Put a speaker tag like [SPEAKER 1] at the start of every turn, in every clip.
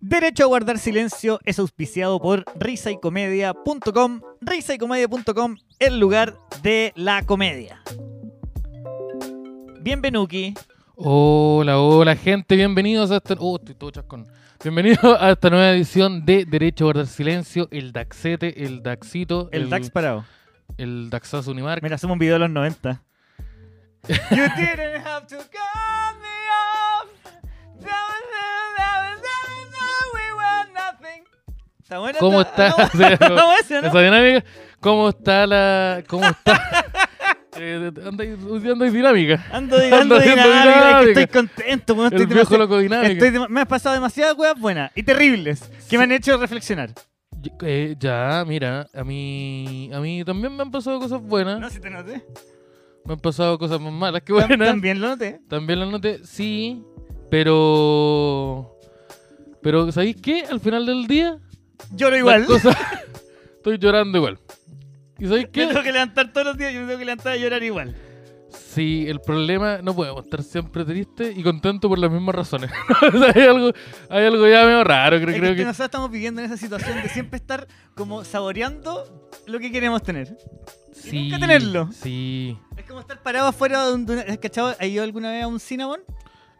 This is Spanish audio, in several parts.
[SPEAKER 1] Derecho a guardar silencio es auspiciado por risaycomedia.com, risaycomedia.com, el lugar de la comedia. Bienvenuki.
[SPEAKER 2] Hola, hola gente, bienvenidos a esta... Oh, estoy todo chascón. Bienvenidos a esta nueva edición de Derecho a Guardar Silencio, el Daxete, el Daxito,
[SPEAKER 1] El Dax parado.
[SPEAKER 2] el Daxazo Unimark.
[SPEAKER 1] Mira, hacemos un video de los 90. You didn't have to cut me off. That was- that was- that was- we were nothing. ¿Está bueno?
[SPEAKER 2] ¿Cómo está?
[SPEAKER 1] ¿Está bueno ese, no?
[SPEAKER 2] Esa dinámica, ¿cómo está la... cómo está? Eh, andáis- hoy día andáis dinámica.
[SPEAKER 1] Ando ando
[SPEAKER 2] Ando haciendo
[SPEAKER 1] dinámica, que
[SPEAKER 2] dinámica.
[SPEAKER 1] estoy contento, weón,
[SPEAKER 2] El
[SPEAKER 1] Ah, estoy
[SPEAKER 2] viejo
[SPEAKER 1] demasiado-
[SPEAKER 2] loco dinámica.
[SPEAKER 1] Estoy dem- me han pasado demasiadas weas buenas y terribles que me han hecho reflexionar.
[SPEAKER 2] Yo- eh, ya, mira, a mí, a mí también me han pasado cosas buenas,
[SPEAKER 1] No sé si te noté.
[SPEAKER 2] me han pasado cosas más malas que
[SPEAKER 1] Tam-
[SPEAKER 2] buenas.
[SPEAKER 1] También lo noté.
[SPEAKER 2] También la noté, sí, pero. Pero, ¿sabéis qué? Al final del día.
[SPEAKER 1] Lloro
[SPEAKER 2] las
[SPEAKER 1] igual.
[SPEAKER 2] cosas- estoy llorando igual. ¿Y sabéis
[SPEAKER 1] Me tengo
[SPEAKER 2] qué?
[SPEAKER 1] que levantar todos los días, yo me tengo que levantar a llorar igual.
[SPEAKER 2] Sí, el problema. No podemos estar siempre tristes y contentos por las mismas razones. O sea, hay, algo, hay algo ya medio raro, creo,
[SPEAKER 1] Es que
[SPEAKER 2] creo
[SPEAKER 1] este-
[SPEAKER 2] que.
[SPEAKER 1] nosotros estamos viviendo en esa situación de siempre estar como saboreando lo que queremos tener.
[SPEAKER 2] Sí,
[SPEAKER 1] nunca tenerlo.
[SPEAKER 2] Sí.
[SPEAKER 1] Es como estar parado afuera de un... de una- ¿Has cachado? ¿Has ido alguna vez a un Cinnabon?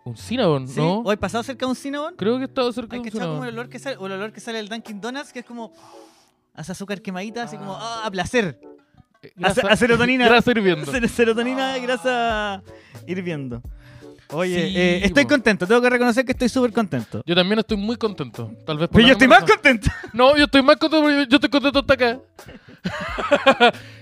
[SPEAKER 2] ¿Un Cinnabon?
[SPEAKER 1] ¿Sí?
[SPEAKER 2] ¿No?
[SPEAKER 1] ¿O has pasado cerca de un Cinnabon?
[SPEAKER 2] Creo que estaba cerca de
[SPEAKER 1] ¿Has
[SPEAKER 2] un
[SPEAKER 1] cachado como
[SPEAKER 2] Cinnabon.
[SPEAKER 1] el olor que sale, o el olor que sale del Dunkin' Donuts? Que es como... Hace azúcar quemadita, así como... ¡Ah, placer!
[SPEAKER 2] Eh,
[SPEAKER 1] a ce- a serotonina.
[SPEAKER 2] Grasa hirviendo.
[SPEAKER 1] Ser- Serotonina, grasa hirviendo. Oye,
[SPEAKER 2] Sí,
[SPEAKER 1] eh, estoy
[SPEAKER 2] po.
[SPEAKER 1] contento. Tengo que reconocer que estoy súper contento.
[SPEAKER 2] Yo también estoy muy contento. Tal vez por
[SPEAKER 1] Pero
[SPEAKER 2] la
[SPEAKER 1] yo estoy
[SPEAKER 2] misma
[SPEAKER 1] más
[SPEAKER 2] razón.
[SPEAKER 1] contento.
[SPEAKER 2] No, yo estoy más contento porque yo estoy contento hasta acá.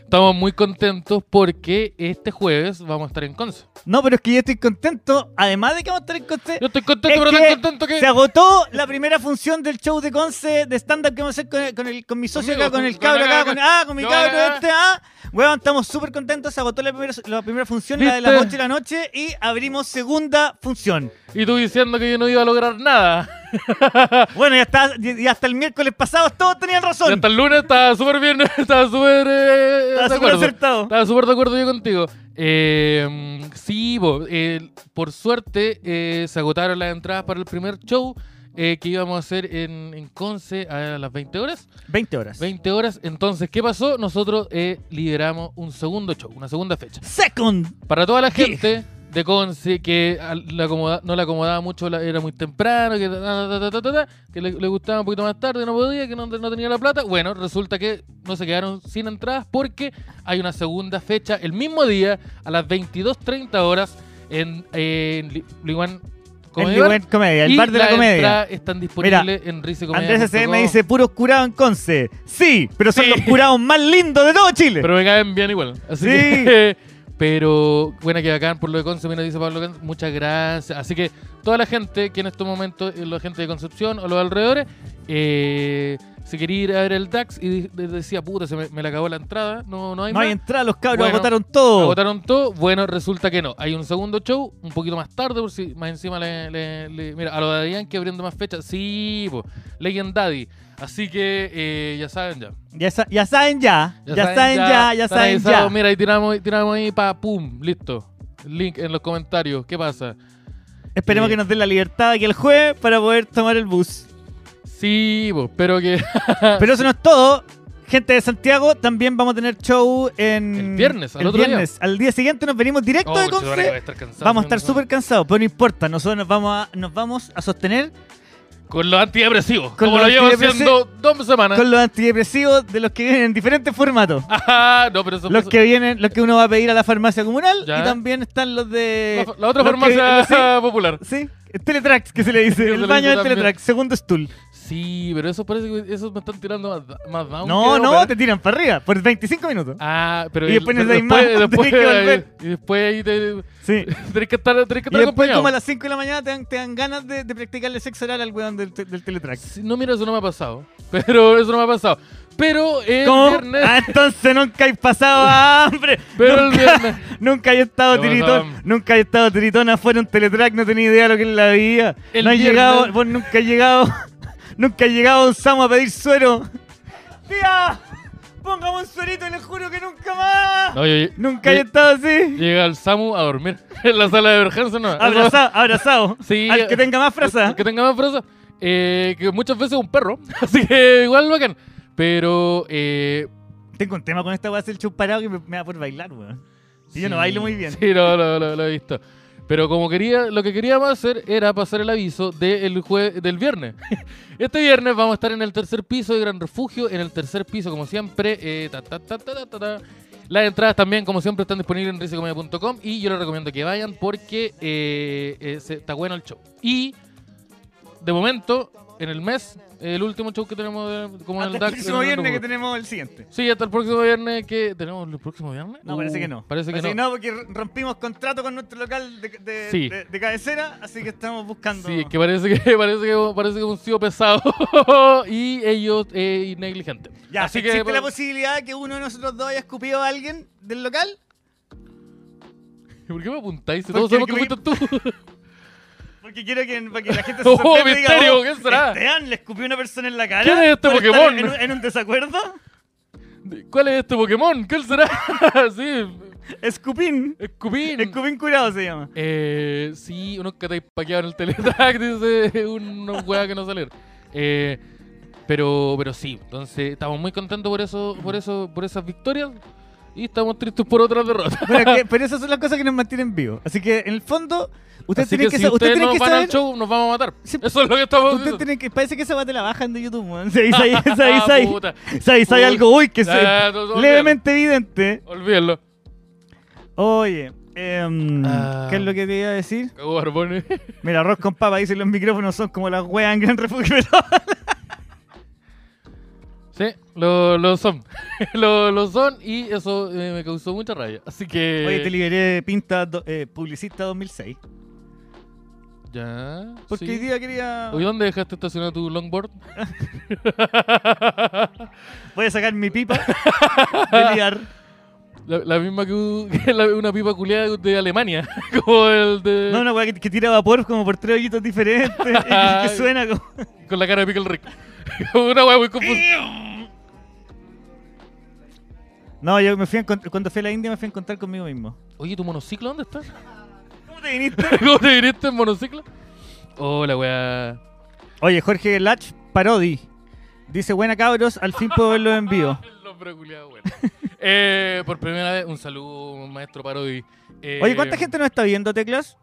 [SPEAKER 2] Estamos muy contentos porque este jueves vamos a estar en Conce.
[SPEAKER 1] No, pero es que yo estoy contento. Además de que vamos a estar en conce-
[SPEAKER 2] Yo estoy contento,
[SPEAKER 1] Es
[SPEAKER 2] pero
[SPEAKER 1] que
[SPEAKER 2] tan contento que.
[SPEAKER 1] Se agotó la primera función del show de Conce de stand-up que vamos a hacer con, el- con el- con mi socio
[SPEAKER 2] Conmigo,
[SPEAKER 1] acá, con
[SPEAKER 2] con-
[SPEAKER 1] el cabro
[SPEAKER 2] con-
[SPEAKER 1] acá, con, ah, con mi
[SPEAKER 2] yo,
[SPEAKER 1] cabro
[SPEAKER 2] acá.
[SPEAKER 1] este, ah. Weón, estamos súper contentos. Se agotó la primera, la primera función, la de las
[SPEAKER 2] ¿Viste?
[SPEAKER 1] 8 de la noche, y abrimos segunda función.
[SPEAKER 2] Y tú diciendo que yo no iba a lograr nada.
[SPEAKER 1] Bueno, y hasta, y y hasta el miércoles pasado todos tenían
[SPEAKER 2] Y
[SPEAKER 1] razón.
[SPEAKER 2] hasta el lunes estaba súper bien, estaba súper. eh,
[SPEAKER 1] Estaba súper
[SPEAKER 2] de acuerdo.
[SPEAKER 1] acertado.
[SPEAKER 2] Estaba súper de acuerdo yo contigo. Eh, sí, bo, eh, por suerte eh, se agotaron las entradas para el primer show eh, que íbamos a hacer en, en Conce a las 20 horas.
[SPEAKER 1] 20 horas.
[SPEAKER 2] 20 horas. Entonces, ¿qué pasó? Nosotros eh, lideramos un segundo show, una segunda fecha.
[SPEAKER 1] Second.
[SPEAKER 2] Para toda la
[SPEAKER 1] ¿Qué?
[SPEAKER 2] gente de Conce que a- la acomoda- no la acomodaba mucho, la- era muy temprano, que, ta, ta, ta, ta, ta, ta, que le, le gustaba un poquito más tarde, no podía, que no, no tenía la plata. Bueno, resulta que no se quedaron sin entradas porque hay una segunda fecha el mismo día a las 22.30 horas en, eh, en Li- Liwan
[SPEAKER 1] El
[SPEAKER 2] Comedy Bar.
[SPEAKER 1] Liwen Comedia, el
[SPEAKER 2] Y
[SPEAKER 1] bar de la
[SPEAKER 2] las
[SPEAKER 1] comedia.
[SPEAKER 2] entradas están disponibles en risecomedia.com.
[SPEAKER 1] Andrés SM dice puros curados en Conce. Sí, pero son los curados más lindos de todo Chile.
[SPEAKER 2] Pero me caen bien igual. Así
[SPEAKER 1] Sí.
[SPEAKER 2] que- pero bueno, que bacán por lo de Conce, mira, dice Pablo Conce, muchas gracias. Así que toda la gente que en estos momentos, eh, la gente de Concepción o los alrededores, eh, si quería ir a ver el DAX y di- de- decía, puta, se me, me la acabó la entrada, no, no hay
[SPEAKER 1] no
[SPEAKER 2] más.
[SPEAKER 1] hay entrada, los cabros
[SPEAKER 2] Bueno,
[SPEAKER 1] agotaron todo.
[SPEAKER 2] Agotaron todo, bueno, resulta que no. Hay un segundo show, un poquito más tarde, por si más encima le. le- le- mira, a lo de Adrián que abriendo más fechas. Sí, po, Legend Daddy. Así que eh, ya saben ya.
[SPEAKER 1] Ya, sa- ya saben ya, ya, saben ya, ya
[SPEAKER 2] están
[SPEAKER 1] saben
[SPEAKER 2] avisados.
[SPEAKER 1] ya.
[SPEAKER 2] Mira, ahí tiramos, tiramos ahí, pa, pum, listo. Link en los comentarios, ¿qué pasa?
[SPEAKER 1] Esperemos
[SPEAKER 2] Eh.
[SPEAKER 1] que nos den la libertad aquí el jueves para poder tomar el bus.
[SPEAKER 2] Sí, po, pero que
[SPEAKER 1] Pero eso no es todo. Gente de Santiago, también vamos a tener show en...
[SPEAKER 2] El viernes, al
[SPEAKER 1] el
[SPEAKER 2] otro día.
[SPEAKER 1] viernes. Al día siguiente nos venimos directo
[SPEAKER 2] Oh,
[SPEAKER 1] de
[SPEAKER 2] chuta, ahora que voy
[SPEAKER 1] Conce.
[SPEAKER 2] estar cansado
[SPEAKER 1] Vamos a estar
[SPEAKER 2] haciendo
[SPEAKER 1] súper cansados, pero no importa. Nosotros nos vamos a, nos vamos a sostener
[SPEAKER 2] eso. Con los antidepresivos,
[SPEAKER 1] Con
[SPEAKER 2] como
[SPEAKER 1] los
[SPEAKER 2] lo llevo haciendo
[SPEAKER 1] antidepresivos.
[SPEAKER 2] dos semanas.
[SPEAKER 1] con los antidepresivos de los que vienen en diferentes formatos.
[SPEAKER 2] Ajá, no, pero eso
[SPEAKER 1] Los
[SPEAKER 2] fue-
[SPEAKER 1] que vienen, los que uno va a pedir a la farmacia comunal
[SPEAKER 2] Ya.
[SPEAKER 1] y también están los de...
[SPEAKER 2] la, la otra
[SPEAKER 1] los que-
[SPEAKER 2] farmacia
[SPEAKER 1] los- sí,
[SPEAKER 2] popular.
[SPEAKER 1] Sí, Teletrax que se le
[SPEAKER 2] Que
[SPEAKER 1] dice,
[SPEAKER 2] se
[SPEAKER 1] el
[SPEAKER 2] le
[SPEAKER 1] baño
[SPEAKER 2] dice
[SPEAKER 1] del
[SPEAKER 2] también.
[SPEAKER 1] Teletrax, segundo stool.
[SPEAKER 2] Sí, pero eso parece que esos me están tirando más, da- más down.
[SPEAKER 1] No,
[SPEAKER 2] que
[SPEAKER 1] no,
[SPEAKER 2] ópera.
[SPEAKER 1] te tiran para arriba por 25 minutos.
[SPEAKER 2] Ah, pero
[SPEAKER 1] Y después
[SPEAKER 2] pero
[SPEAKER 1] nos dais más, tenés
[SPEAKER 2] después,
[SPEAKER 1] que volver.
[SPEAKER 2] y después ahí te,
[SPEAKER 1] Sí.
[SPEAKER 2] tenés que estar, tenés que
[SPEAKER 1] Y
[SPEAKER 2] estar
[SPEAKER 1] después
[SPEAKER 2] acompañado.
[SPEAKER 1] como a las 5 de la mañana te dan, te dan ganas de, de practicarle sexo oral al weón del, te- del Teletrax.
[SPEAKER 2] Sí, No, mira, eso no me ha pasado. Pero eso no me ha pasado. Pero el
[SPEAKER 1] ¿Cómo?
[SPEAKER 2] viernes.
[SPEAKER 1] Ah, entonces nunca he pasado hambre.
[SPEAKER 2] pero el
[SPEAKER 1] nunca,
[SPEAKER 2] viernes.
[SPEAKER 1] nunca he estado
[SPEAKER 2] Te
[SPEAKER 1] tiritón.
[SPEAKER 2] pasaban.
[SPEAKER 1] Nunca he estado tiritón afuera un Teletrax, no tenía idea de lo que es la vida.
[SPEAKER 2] El
[SPEAKER 1] no has
[SPEAKER 2] viernes-
[SPEAKER 1] llegado, vos nunca has llegado, nunca has llegado a un Samo a pedir suero. ¡Tía! Póngame un suerito, le juro que nunca más.
[SPEAKER 2] No, yo-
[SPEAKER 1] Nunca he
[SPEAKER 2] yo-
[SPEAKER 1] estado así.
[SPEAKER 2] Llega el Samu a dormir. En la sala de emergencia, no. eso-
[SPEAKER 1] Abrazado, abrazado.
[SPEAKER 2] Sí,
[SPEAKER 1] Al que tenga más frasa.
[SPEAKER 2] Que tenga más frasa. eh, que muchas veces es un perro, así que igual bacán. Pero eh,
[SPEAKER 1] Tengo un tema con esta weá del chumparado que me, me da por bailar, weón. Si yo no
[SPEAKER 2] Sí,
[SPEAKER 1] bailo muy bien.
[SPEAKER 2] Sí, no, lo, lo- lo he visto. Pero como quería, lo que queríamos hacer era pasar el aviso del jue- del viernes. Este viernes vamos a estar en el tercer piso de Gran Refugio, en el tercer piso, como siempre. eh, ta, ta, ta, ta, ta, ta, ta. Las entradas también, como siempre, están disponibles en risecomedia.com y yo les recomiendo que vayan porque eh, eh, se- está bueno el show. Y de momento, en el mes, el último show que tenemos de- como
[SPEAKER 1] Hasta
[SPEAKER 2] en el
[SPEAKER 1] el
[SPEAKER 2] DAC.
[SPEAKER 1] próximo
[SPEAKER 2] en el
[SPEAKER 1] viernes que
[SPEAKER 2] Refugio.
[SPEAKER 1] tenemos el siguiente.
[SPEAKER 2] Sí, hasta el próximo viernes que tenemos el próximo viernes.
[SPEAKER 1] No, parece que no.
[SPEAKER 2] Uh, Parece que no.
[SPEAKER 1] porque r- rompimos contrato con nuestro local de, de-
[SPEAKER 2] Sí.
[SPEAKER 1] de- de cabecera, así que estamos buscando.
[SPEAKER 2] Sí, es que parece que parece que parece que un sido pesado y ellos eh, y negligente.
[SPEAKER 1] Ya,
[SPEAKER 2] Así que
[SPEAKER 1] ¿existe
[SPEAKER 2] pues,
[SPEAKER 1] la posibilidad de que uno de nosotros dos haya escupido a alguien del local?
[SPEAKER 2] ¿por qué me apuntáis? Si
[SPEAKER 1] Porque
[SPEAKER 2] todos sabemos que
[SPEAKER 1] creo
[SPEAKER 2] fuiste tú.
[SPEAKER 1] Porque quiero que, para que la gente se
[SPEAKER 2] Oh,
[SPEAKER 1] sorprenda y diga,
[SPEAKER 2] misterio,
[SPEAKER 1] oh,
[SPEAKER 2] ¿qué será?
[SPEAKER 1] Esteban le escupió a una persona en la cara.
[SPEAKER 2] ¿Quién es este
[SPEAKER 1] por estar
[SPEAKER 2] Pokémon?
[SPEAKER 1] En, un- en un desacuerdo.
[SPEAKER 2] ¿Cuál es este Pokémon? ¿Cuál será? sí,
[SPEAKER 1] Escupín.
[SPEAKER 2] Escupín.
[SPEAKER 1] Escupín curado se llama.
[SPEAKER 2] Eh, sí, uno que te paqueado en el teletrack, dice una weá que no sale. Eh, pero, pero sí, entonces estamos muy contentos por eso, por eso, por esas victorias y estamos tristes por otras derrotas.
[SPEAKER 1] Pero, que- pero esas son las cosas que nos mantienen vivos. Así que, en el fondo, ustedes
[SPEAKER 2] Así
[SPEAKER 1] tienen
[SPEAKER 2] que,
[SPEAKER 1] que,
[SPEAKER 2] si
[SPEAKER 1] sa- ustedes
[SPEAKER 2] ustedes
[SPEAKER 1] tienen
[SPEAKER 2] no
[SPEAKER 1] que
[SPEAKER 2] van
[SPEAKER 1] saber...
[SPEAKER 2] al show, nos vamos a matar.
[SPEAKER 1] Sí.
[SPEAKER 2] Eso es lo que estamos
[SPEAKER 1] Ustedes
[SPEAKER 2] diciendo.
[SPEAKER 1] tienen que... Parece que esa va te la bajan de YouTube, man. Se dice ahí, se dice ahí.
[SPEAKER 2] Puta.
[SPEAKER 1] Se dice ahí
[SPEAKER 2] Uy.
[SPEAKER 1] algo, uy, que se...
[SPEAKER 2] Ah, no, no,
[SPEAKER 1] Levemente evidente.
[SPEAKER 2] Olvídalo.
[SPEAKER 1] Oye, em,
[SPEAKER 2] Ah.
[SPEAKER 1] ¿qué es lo que te iba a decir?
[SPEAKER 2] Cagó Barbone.
[SPEAKER 1] Mira, arroz con papa, dice los micrófonos son como las weas en Gran Refugio.
[SPEAKER 2] Sí, lo, lo son. lo, lo son y eso eh, me causó mucha rabia. Así que.
[SPEAKER 1] Oye, te liberé pinta do- eh, publicista 2006.
[SPEAKER 2] Ya.
[SPEAKER 1] Porque
[SPEAKER 2] sí.
[SPEAKER 1] hoy día quería.
[SPEAKER 2] Oye, ¿dónde dejaste estacionar tu longboard?
[SPEAKER 1] Voy a sacar mi pipa de liar.
[SPEAKER 2] La, la misma que, u- que la- una pipa culiada de Alemania. como el de.
[SPEAKER 1] No, una wea que, que tira vapor como por tres hoyitos diferentes. y que, que suena como.
[SPEAKER 2] Con la cara de Pickle Rick. Como una wea muy confusa.
[SPEAKER 1] No, yo me fui a encont- cuando fui a la India me fui a encontrar conmigo mismo.
[SPEAKER 2] Oye, ¿tu monociclo dónde está?
[SPEAKER 1] ¿Cómo te viniste?
[SPEAKER 2] ¿Cómo te viniste en monociclo? Oh, la wea.
[SPEAKER 1] Oye, Jorge Lach Parodi. Dice, buena cabros, al fin puedo ver los envíos.
[SPEAKER 2] El nombre culiado, bueno. Eh, por primera vez, un saludo, maestro Parodi. Eh,
[SPEAKER 1] Oye, ¿cuánta gente nos está viendo, Teclas?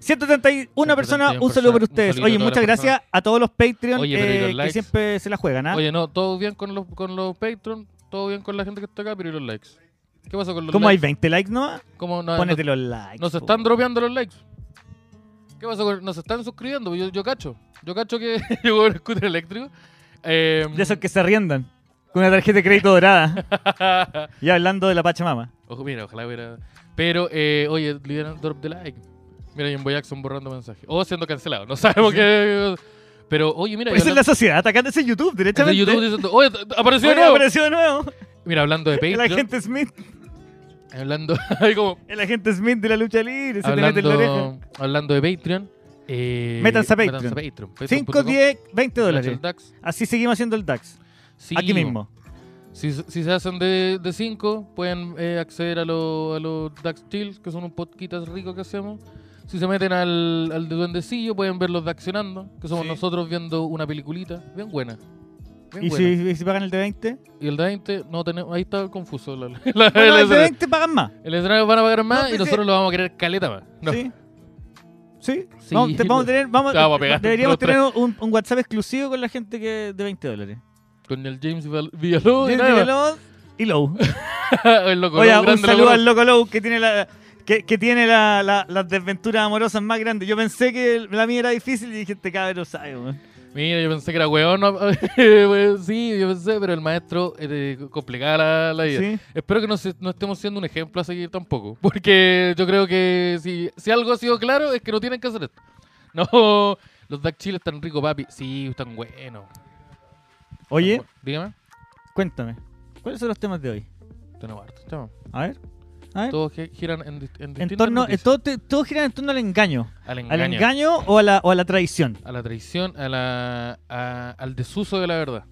[SPEAKER 1] 171 personas, un saludo para
[SPEAKER 2] personas, un
[SPEAKER 1] ustedes.
[SPEAKER 2] saludo a
[SPEAKER 1] Oye,
[SPEAKER 2] todas
[SPEAKER 1] muchas
[SPEAKER 2] las
[SPEAKER 1] gracias a todos los Patreon
[SPEAKER 2] Oye, pero ¿y
[SPEAKER 1] eh,
[SPEAKER 2] los
[SPEAKER 1] que
[SPEAKER 2] likes?
[SPEAKER 1] siempre se la juegan, ¿ah?
[SPEAKER 2] Oye, no, todo bien con los, con los Patreon, todo bien con la gente que está acá, pero ¿y los likes? ¿Qué pasa con los
[SPEAKER 1] ¿Cómo hay
[SPEAKER 2] likes?
[SPEAKER 1] 20 likes nomás?
[SPEAKER 2] ¿Cómo no,
[SPEAKER 1] Pónete los likes.
[SPEAKER 2] nos
[SPEAKER 1] po.
[SPEAKER 2] están dropeando los likes? ¿Qué pasa con Nos están suscribiendo, yo, yo cacho. Yo cacho que yo con el scooter eléctrico. Eh,
[SPEAKER 1] De esos que se arriendan. Con una tarjeta de crédito dorada. y hablando de la Pachamama.
[SPEAKER 2] Ojo, mira, ojalá hubiera. Pero, eh, oye, lideran drop de like. Mira, Jimbo Jackson borrando mensajes. O siendo cancelado, no sabemos qué. Pero, oye, mira. y
[SPEAKER 1] Esa Pues es
[SPEAKER 2] hablando-
[SPEAKER 1] la sociedad, atacándose en YouTube,
[SPEAKER 2] desde
[SPEAKER 1] directamente.
[SPEAKER 2] YouTube diciendo, oye, t- t- apareció de
[SPEAKER 1] Oye,
[SPEAKER 2] nuevo.
[SPEAKER 1] apareció de nuevo.
[SPEAKER 2] Mira, hablando de
[SPEAKER 1] El
[SPEAKER 2] Patreon.
[SPEAKER 1] agente Smith.
[SPEAKER 2] Hablando, ahí como,
[SPEAKER 1] El agente Smith de la lucha libre. Se te mete en la oreja.
[SPEAKER 2] hablando, hablando de Patreon. Eh,
[SPEAKER 1] Métanse a Patreon. 5,
[SPEAKER 2] Patreon.com,
[SPEAKER 1] 10, 20 dólares.
[SPEAKER 2] el DAX.
[SPEAKER 1] Así seguimos haciendo el DAX.
[SPEAKER 2] Sí,
[SPEAKER 1] Aquí mismo.
[SPEAKER 2] Si, si se hacen de 5, pueden eh, acceder a los a los DAX Chills, que son un podquitas ricos que hacemos. Si se meten al, al de Duendecillo, pueden ver los Daxionando, que somos
[SPEAKER 1] Sí.
[SPEAKER 2] nosotros viendo una peliculita bien buena. Bien
[SPEAKER 1] ¿Y
[SPEAKER 2] buena.
[SPEAKER 1] si, y si pagan el de 20?
[SPEAKER 2] y el de 20, no tenemos, ahí está confuso. la- la- la-
[SPEAKER 1] Bueno,
[SPEAKER 2] el
[SPEAKER 1] el de
[SPEAKER 2] escenario.
[SPEAKER 1] 20 pagan más.
[SPEAKER 2] El escenario van a pagar más
[SPEAKER 1] No,
[SPEAKER 2] y nosotros lo vamos a querer caleta más. No.
[SPEAKER 1] ¿Sí? ¿Sí?
[SPEAKER 2] Sí.
[SPEAKER 1] Vamos, te- vamos a tener, vamos,
[SPEAKER 2] Te vamos a pegar.
[SPEAKER 1] deberíamos
[SPEAKER 2] Nosotros-
[SPEAKER 1] tener un, un WhatsApp exclusivo con la gente que de 20 dólares.
[SPEAKER 2] Con el James Val- Villalobos y
[SPEAKER 1] James
[SPEAKER 2] nada más.
[SPEAKER 1] Villalobos y Low.
[SPEAKER 2] El loco,
[SPEAKER 1] Oye,
[SPEAKER 2] loco,
[SPEAKER 1] un
[SPEAKER 2] grande,
[SPEAKER 1] saludo
[SPEAKER 2] loco,
[SPEAKER 1] al Loco Low que tiene la. Que, que tiene la- la- las desventuras amorosas más grandes. Yo pensé que la mía era difícil y dije, este cabrón sabe, weón.
[SPEAKER 2] Mira, yo pensé que era weón. no- weón, sí, yo pensé, pero el maestro eh, complicaba la, la vida.
[SPEAKER 1] ¿Sí?
[SPEAKER 2] Espero que no, se- no estemos siendo un ejemplo a seguir tampoco. Porque yo creo que si, si algo ha sido claro es que no tienen que hacer esto. No, los Duck Chile están ricos, papi. Sí, están buenos.
[SPEAKER 1] Oye,
[SPEAKER 2] Están bu- Dígame.
[SPEAKER 1] cuéntame, ¿cuáles son los temas de hoy?
[SPEAKER 2] Tenemos harto, chamo.
[SPEAKER 1] A ver, a ver.
[SPEAKER 2] Todos gi- giran en, dist- en distintas
[SPEAKER 1] En torno, eh,
[SPEAKER 2] noticias.
[SPEAKER 1] todo, te- todo gira en torno al engaño.
[SPEAKER 2] al
[SPEAKER 1] ¿Al
[SPEAKER 2] engaño.
[SPEAKER 1] engaño o a la, o a la traición?
[SPEAKER 2] A la traición, a la, a- al desuso de la verdad.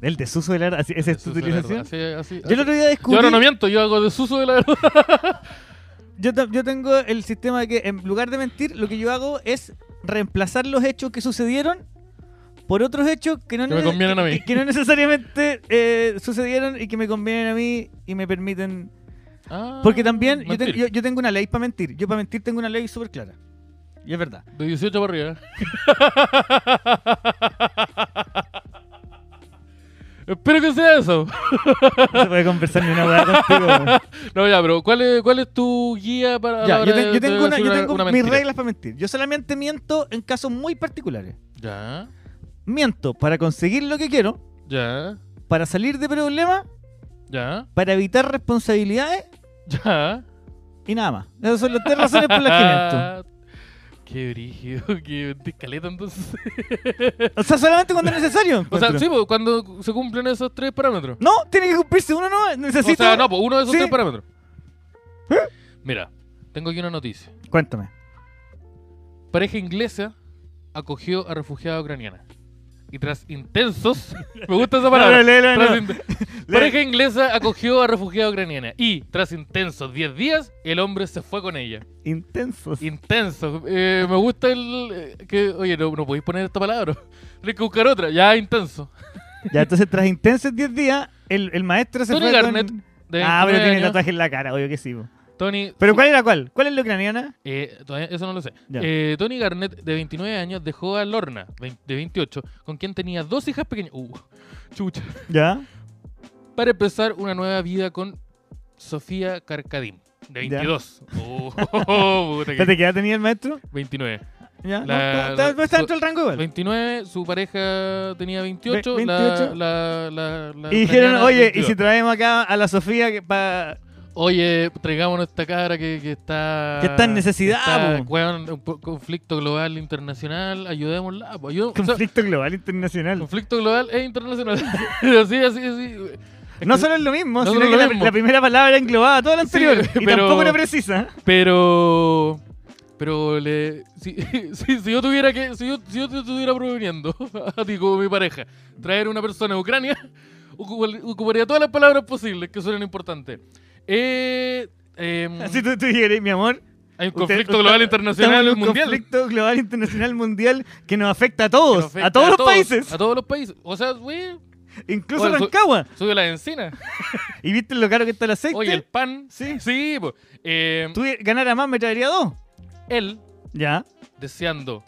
[SPEAKER 1] El desuso de la así- ¿Esa es tu
[SPEAKER 2] Desuso de la verdad.
[SPEAKER 1] utilización?
[SPEAKER 2] Así- así-
[SPEAKER 1] Yo el
[SPEAKER 2] así.
[SPEAKER 1] otro día descubrí.
[SPEAKER 2] Yo ahora no miento, yo hago desuso de la verdad.
[SPEAKER 1] Yo, ta- yo tengo el sistema de que en lugar de mentir, lo que yo hago es reemplazar los hechos que sucedieron por otros hechos que no,
[SPEAKER 2] Que me
[SPEAKER 1] nece-
[SPEAKER 2] convienen a mí.
[SPEAKER 1] que- que no necesariamente eh, sucedieron y que me convienen a mí y me permiten...
[SPEAKER 2] Ah,
[SPEAKER 1] Porque también yo, te-
[SPEAKER 2] mentir.
[SPEAKER 1] yo- yo tengo una ley para mentir. Yo para mentir tengo una ley súper clara. Y es verdad.
[SPEAKER 2] De 18 para arriba. Espero que sea eso.
[SPEAKER 1] No se puede conversar ni una hueá contigo. weón.
[SPEAKER 2] No, ya, pero ¿cuál es, cuál es tu guía para.? a la
[SPEAKER 1] Ya, yo,
[SPEAKER 2] hora
[SPEAKER 1] te-
[SPEAKER 2] de-
[SPEAKER 1] yo
[SPEAKER 2] de
[SPEAKER 1] tengo, una-
[SPEAKER 2] hacer
[SPEAKER 1] yo tengo mis
[SPEAKER 2] mentira?
[SPEAKER 1] reglas para mentir. Yo solamente miento en casos muy particulares.
[SPEAKER 2] Ya,
[SPEAKER 1] Miento para conseguir lo que quiero,
[SPEAKER 2] ya,
[SPEAKER 1] para salir de problemas,
[SPEAKER 2] ya,
[SPEAKER 1] para evitar responsabilidades
[SPEAKER 2] ya. Ah,
[SPEAKER 1] y nada más. Esas son las tres razones por las que miento.
[SPEAKER 2] Qué brígido, que te escaleta entonces.
[SPEAKER 1] O sea, solamente cuando es necesario.
[SPEAKER 2] O sea,
[SPEAKER 1] encuentro.
[SPEAKER 2] sí, pues, cuando se cumplen esos tres parámetros.
[SPEAKER 1] No, tiene que cumplirse uno, no. Necesito.
[SPEAKER 2] O sea, no, pues uno de esos
[SPEAKER 1] Sí. ¿Eh?
[SPEAKER 2] tres parámetros. Mira, tengo aquí una noticia.
[SPEAKER 1] Cuéntame.
[SPEAKER 2] Pareja inglesa acogió a refugiada ucraniana. Y tras intensos. me gusta esa
[SPEAKER 1] No, no,
[SPEAKER 2] palabra.
[SPEAKER 1] léelo de
[SPEAKER 2] Tras
[SPEAKER 1] nuevo.
[SPEAKER 2] in-
[SPEAKER 1] Léelo.
[SPEAKER 2] Pareja inglesa acogió a refugiada ucraniana. Y tras intensos 10 días, el hombre se fue con ella.
[SPEAKER 1] Intensos.
[SPEAKER 2] Intenso. Eh, me gusta el. eh, que, oye, no, no podéis poner esta palabra. Tienes que buscar otra. Ya, intenso.
[SPEAKER 1] Ya, entonces, tras intensos 10 días, el, el maestro se
[SPEAKER 2] Tony
[SPEAKER 1] fue con-
[SPEAKER 2] Garnett. de
[SPEAKER 1] Ah, pero
[SPEAKER 2] 29
[SPEAKER 1] tiene
[SPEAKER 2] años.
[SPEAKER 1] tatuaje en la cara, obvio que sí. po.
[SPEAKER 2] Tony.
[SPEAKER 1] ¿Pero cuál era cuál? ¿Cuál es la ucraniana?
[SPEAKER 2] Eh, todavía eso no lo sé.
[SPEAKER 1] Ya.
[SPEAKER 2] Eh, Tony Garnett, de 29 años, dejó a Lorna, vein- de 28, con quien tenía dos hijas pequeñas. Uh, chucha.
[SPEAKER 1] Ya.
[SPEAKER 2] Para empezar una nueva vida con Sofía Carcadim, de
[SPEAKER 1] Ya.
[SPEAKER 2] 22. Uh, puta que-
[SPEAKER 1] Espérate, ¿qué edad tenía el maestro?
[SPEAKER 2] 29.
[SPEAKER 1] Ya. no, está-
[SPEAKER 2] La-
[SPEAKER 1] está,
[SPEAKER 2] la-
[SPEAKER 1] está dentro del rango igual.
[SPEAKER 2] 29, su pareja tenía 28.
[SPEAKER 1] Ve-
[SPEAKER 2] la-
[SPEAKER 1] 28.
[SPEAKER 2] La, la- la
[SPEAKER 1] Y dijeron,
[SPEAKER 2] ucraniana,
[SPEAKER 1] oye, ¿y
[SPEAKER 2] 22.
[SPEAKER 1] si traemos acá a la Sofía que para.
[SPEAKER 2] Oye, traigámonos esta cara que, que está...
[SPEAKER 1] Que está en necesidad,
[SPEAKER 2] está,
[SPEAKER 1] po.
[SPEAKER 2] weón, un po- conflicto global internacional, ayudémosla. po, ayudemos- o sea,
[SPEAKER 1] Conflicto global internacional.
[SPEAKER 2] conflicto global e internacional. así, así, así.
[SPEAKER 1] No solo es lo mismo,
[SPEAKER 2] No
[SPEAKER 1] sino
[SPEAKER 2] solo
[SPEAKER 1] que
[SPEAKER 2] lo
[SPEAKER 1] la,
[SPEAKER 2] mismo.
[SPEAKER 1] la primera palabra englobaba todo lo
[SPEAKER 2] Sí,
[SPEAKER 1] anterior. y
[SPEAKER 2] pero-
[SPEAKER 1] tampoco era precisa.
[SPEAKER 2] Pero... Pero le, si, si, si yo tuviera que si yo, si yo te estuviera proveniendo a ti como mi pareja, traer una persona de Ucrania, ocupa- ocuparía todas las palabras posibles que suenen importantes. Eh, em,
[SPEAKER 1] Así tú, tú dijeras, mi amor.
[SPEAKER 2] hay un
[SPEAKER 1] usted-
[SPEAKER 2] conflicto
[SPEAKER 1] usted- estamos
[SPEAKER 2] global internacional
[SPEAKER 1] en un
[SPEAKER 2] mundial.
[SPEAKER 1] conflicto global internacional mundial que nos afecta a
[SPEAKER 2] que
[SPEAKER 1] todos,
[SPEAKER 2] nos afecta
[SPEAKER 1] a todos los países,
[SPEAKER 2] A todos los países. O sea, güey,
[SPEAKER 1] incluso
[SPEAKER 2] Oye, su-
[SPEAKER 1] Rancagua.
[SPEAKER 2] sube la encina.
[SPEAKER 1] ¿Y viste lo caro que está el aceite?
[SPEAKER 2] Oye, el pan.
[SPEAKER 1] Sí.
[SPEAKER 2] Sí, po. Eh,
[SPEAKER 1] Tú ganara más, me traería dos.
[SPEAKER 2] él
[SPEAKER 1] Ya.
[SPEAKER 2] deseando,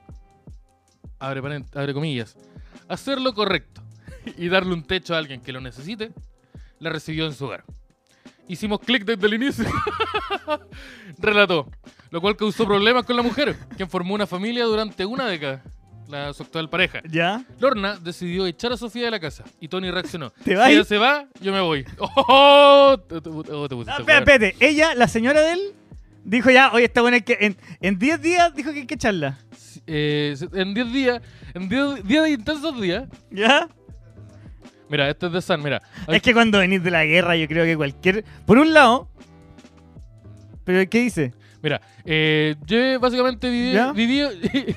[SPEAKER 2] abre, paren- abre comillas, hacer lo correcto y darle un techo a alguien que lo necesite, la recibió en su hogar. Hicimos clic desde el inicio. Relató. Lo cual causó problemas con la mujer, quien formó una familia durante una década, la su actual pareja.
[SPEAKER 1] Ya. Ah,
[SPEAKER 2] Lorna decidió echar a Sofía de la casa y Tony reaccionó.
[SPEAKER 1] ¿Te vas?
[SPEAKER 2] Si ella se va, yo me voy. ¡Oh! Te- te- oh, te pusiste
[SPEAKER 1] Ah,
[SPEAKER 2] weón.
[SPEAKER 1] espérate, espérate. Ella, la señora de él, dijo ya, oye, está buena, hay que en en 10 días dijo que hay que echarla.
[SPEAKER 2] Eh, en 10 días, en 10 días de intensos días.
[SPEAKER 1] ¿Ya?
[SPEAKER 2] Mira, este es de San, mira. Ay,
[SPEAKER 1] Es que cuando venís de la guerra, yo creo que cualquier. Por un lado. ¿Pero qué dice?
[SPEAKER 2] Mira, eh, yo básicamente viví,
[SPEAKER 1] ¿Ya?
[SPEAKER 2] viví-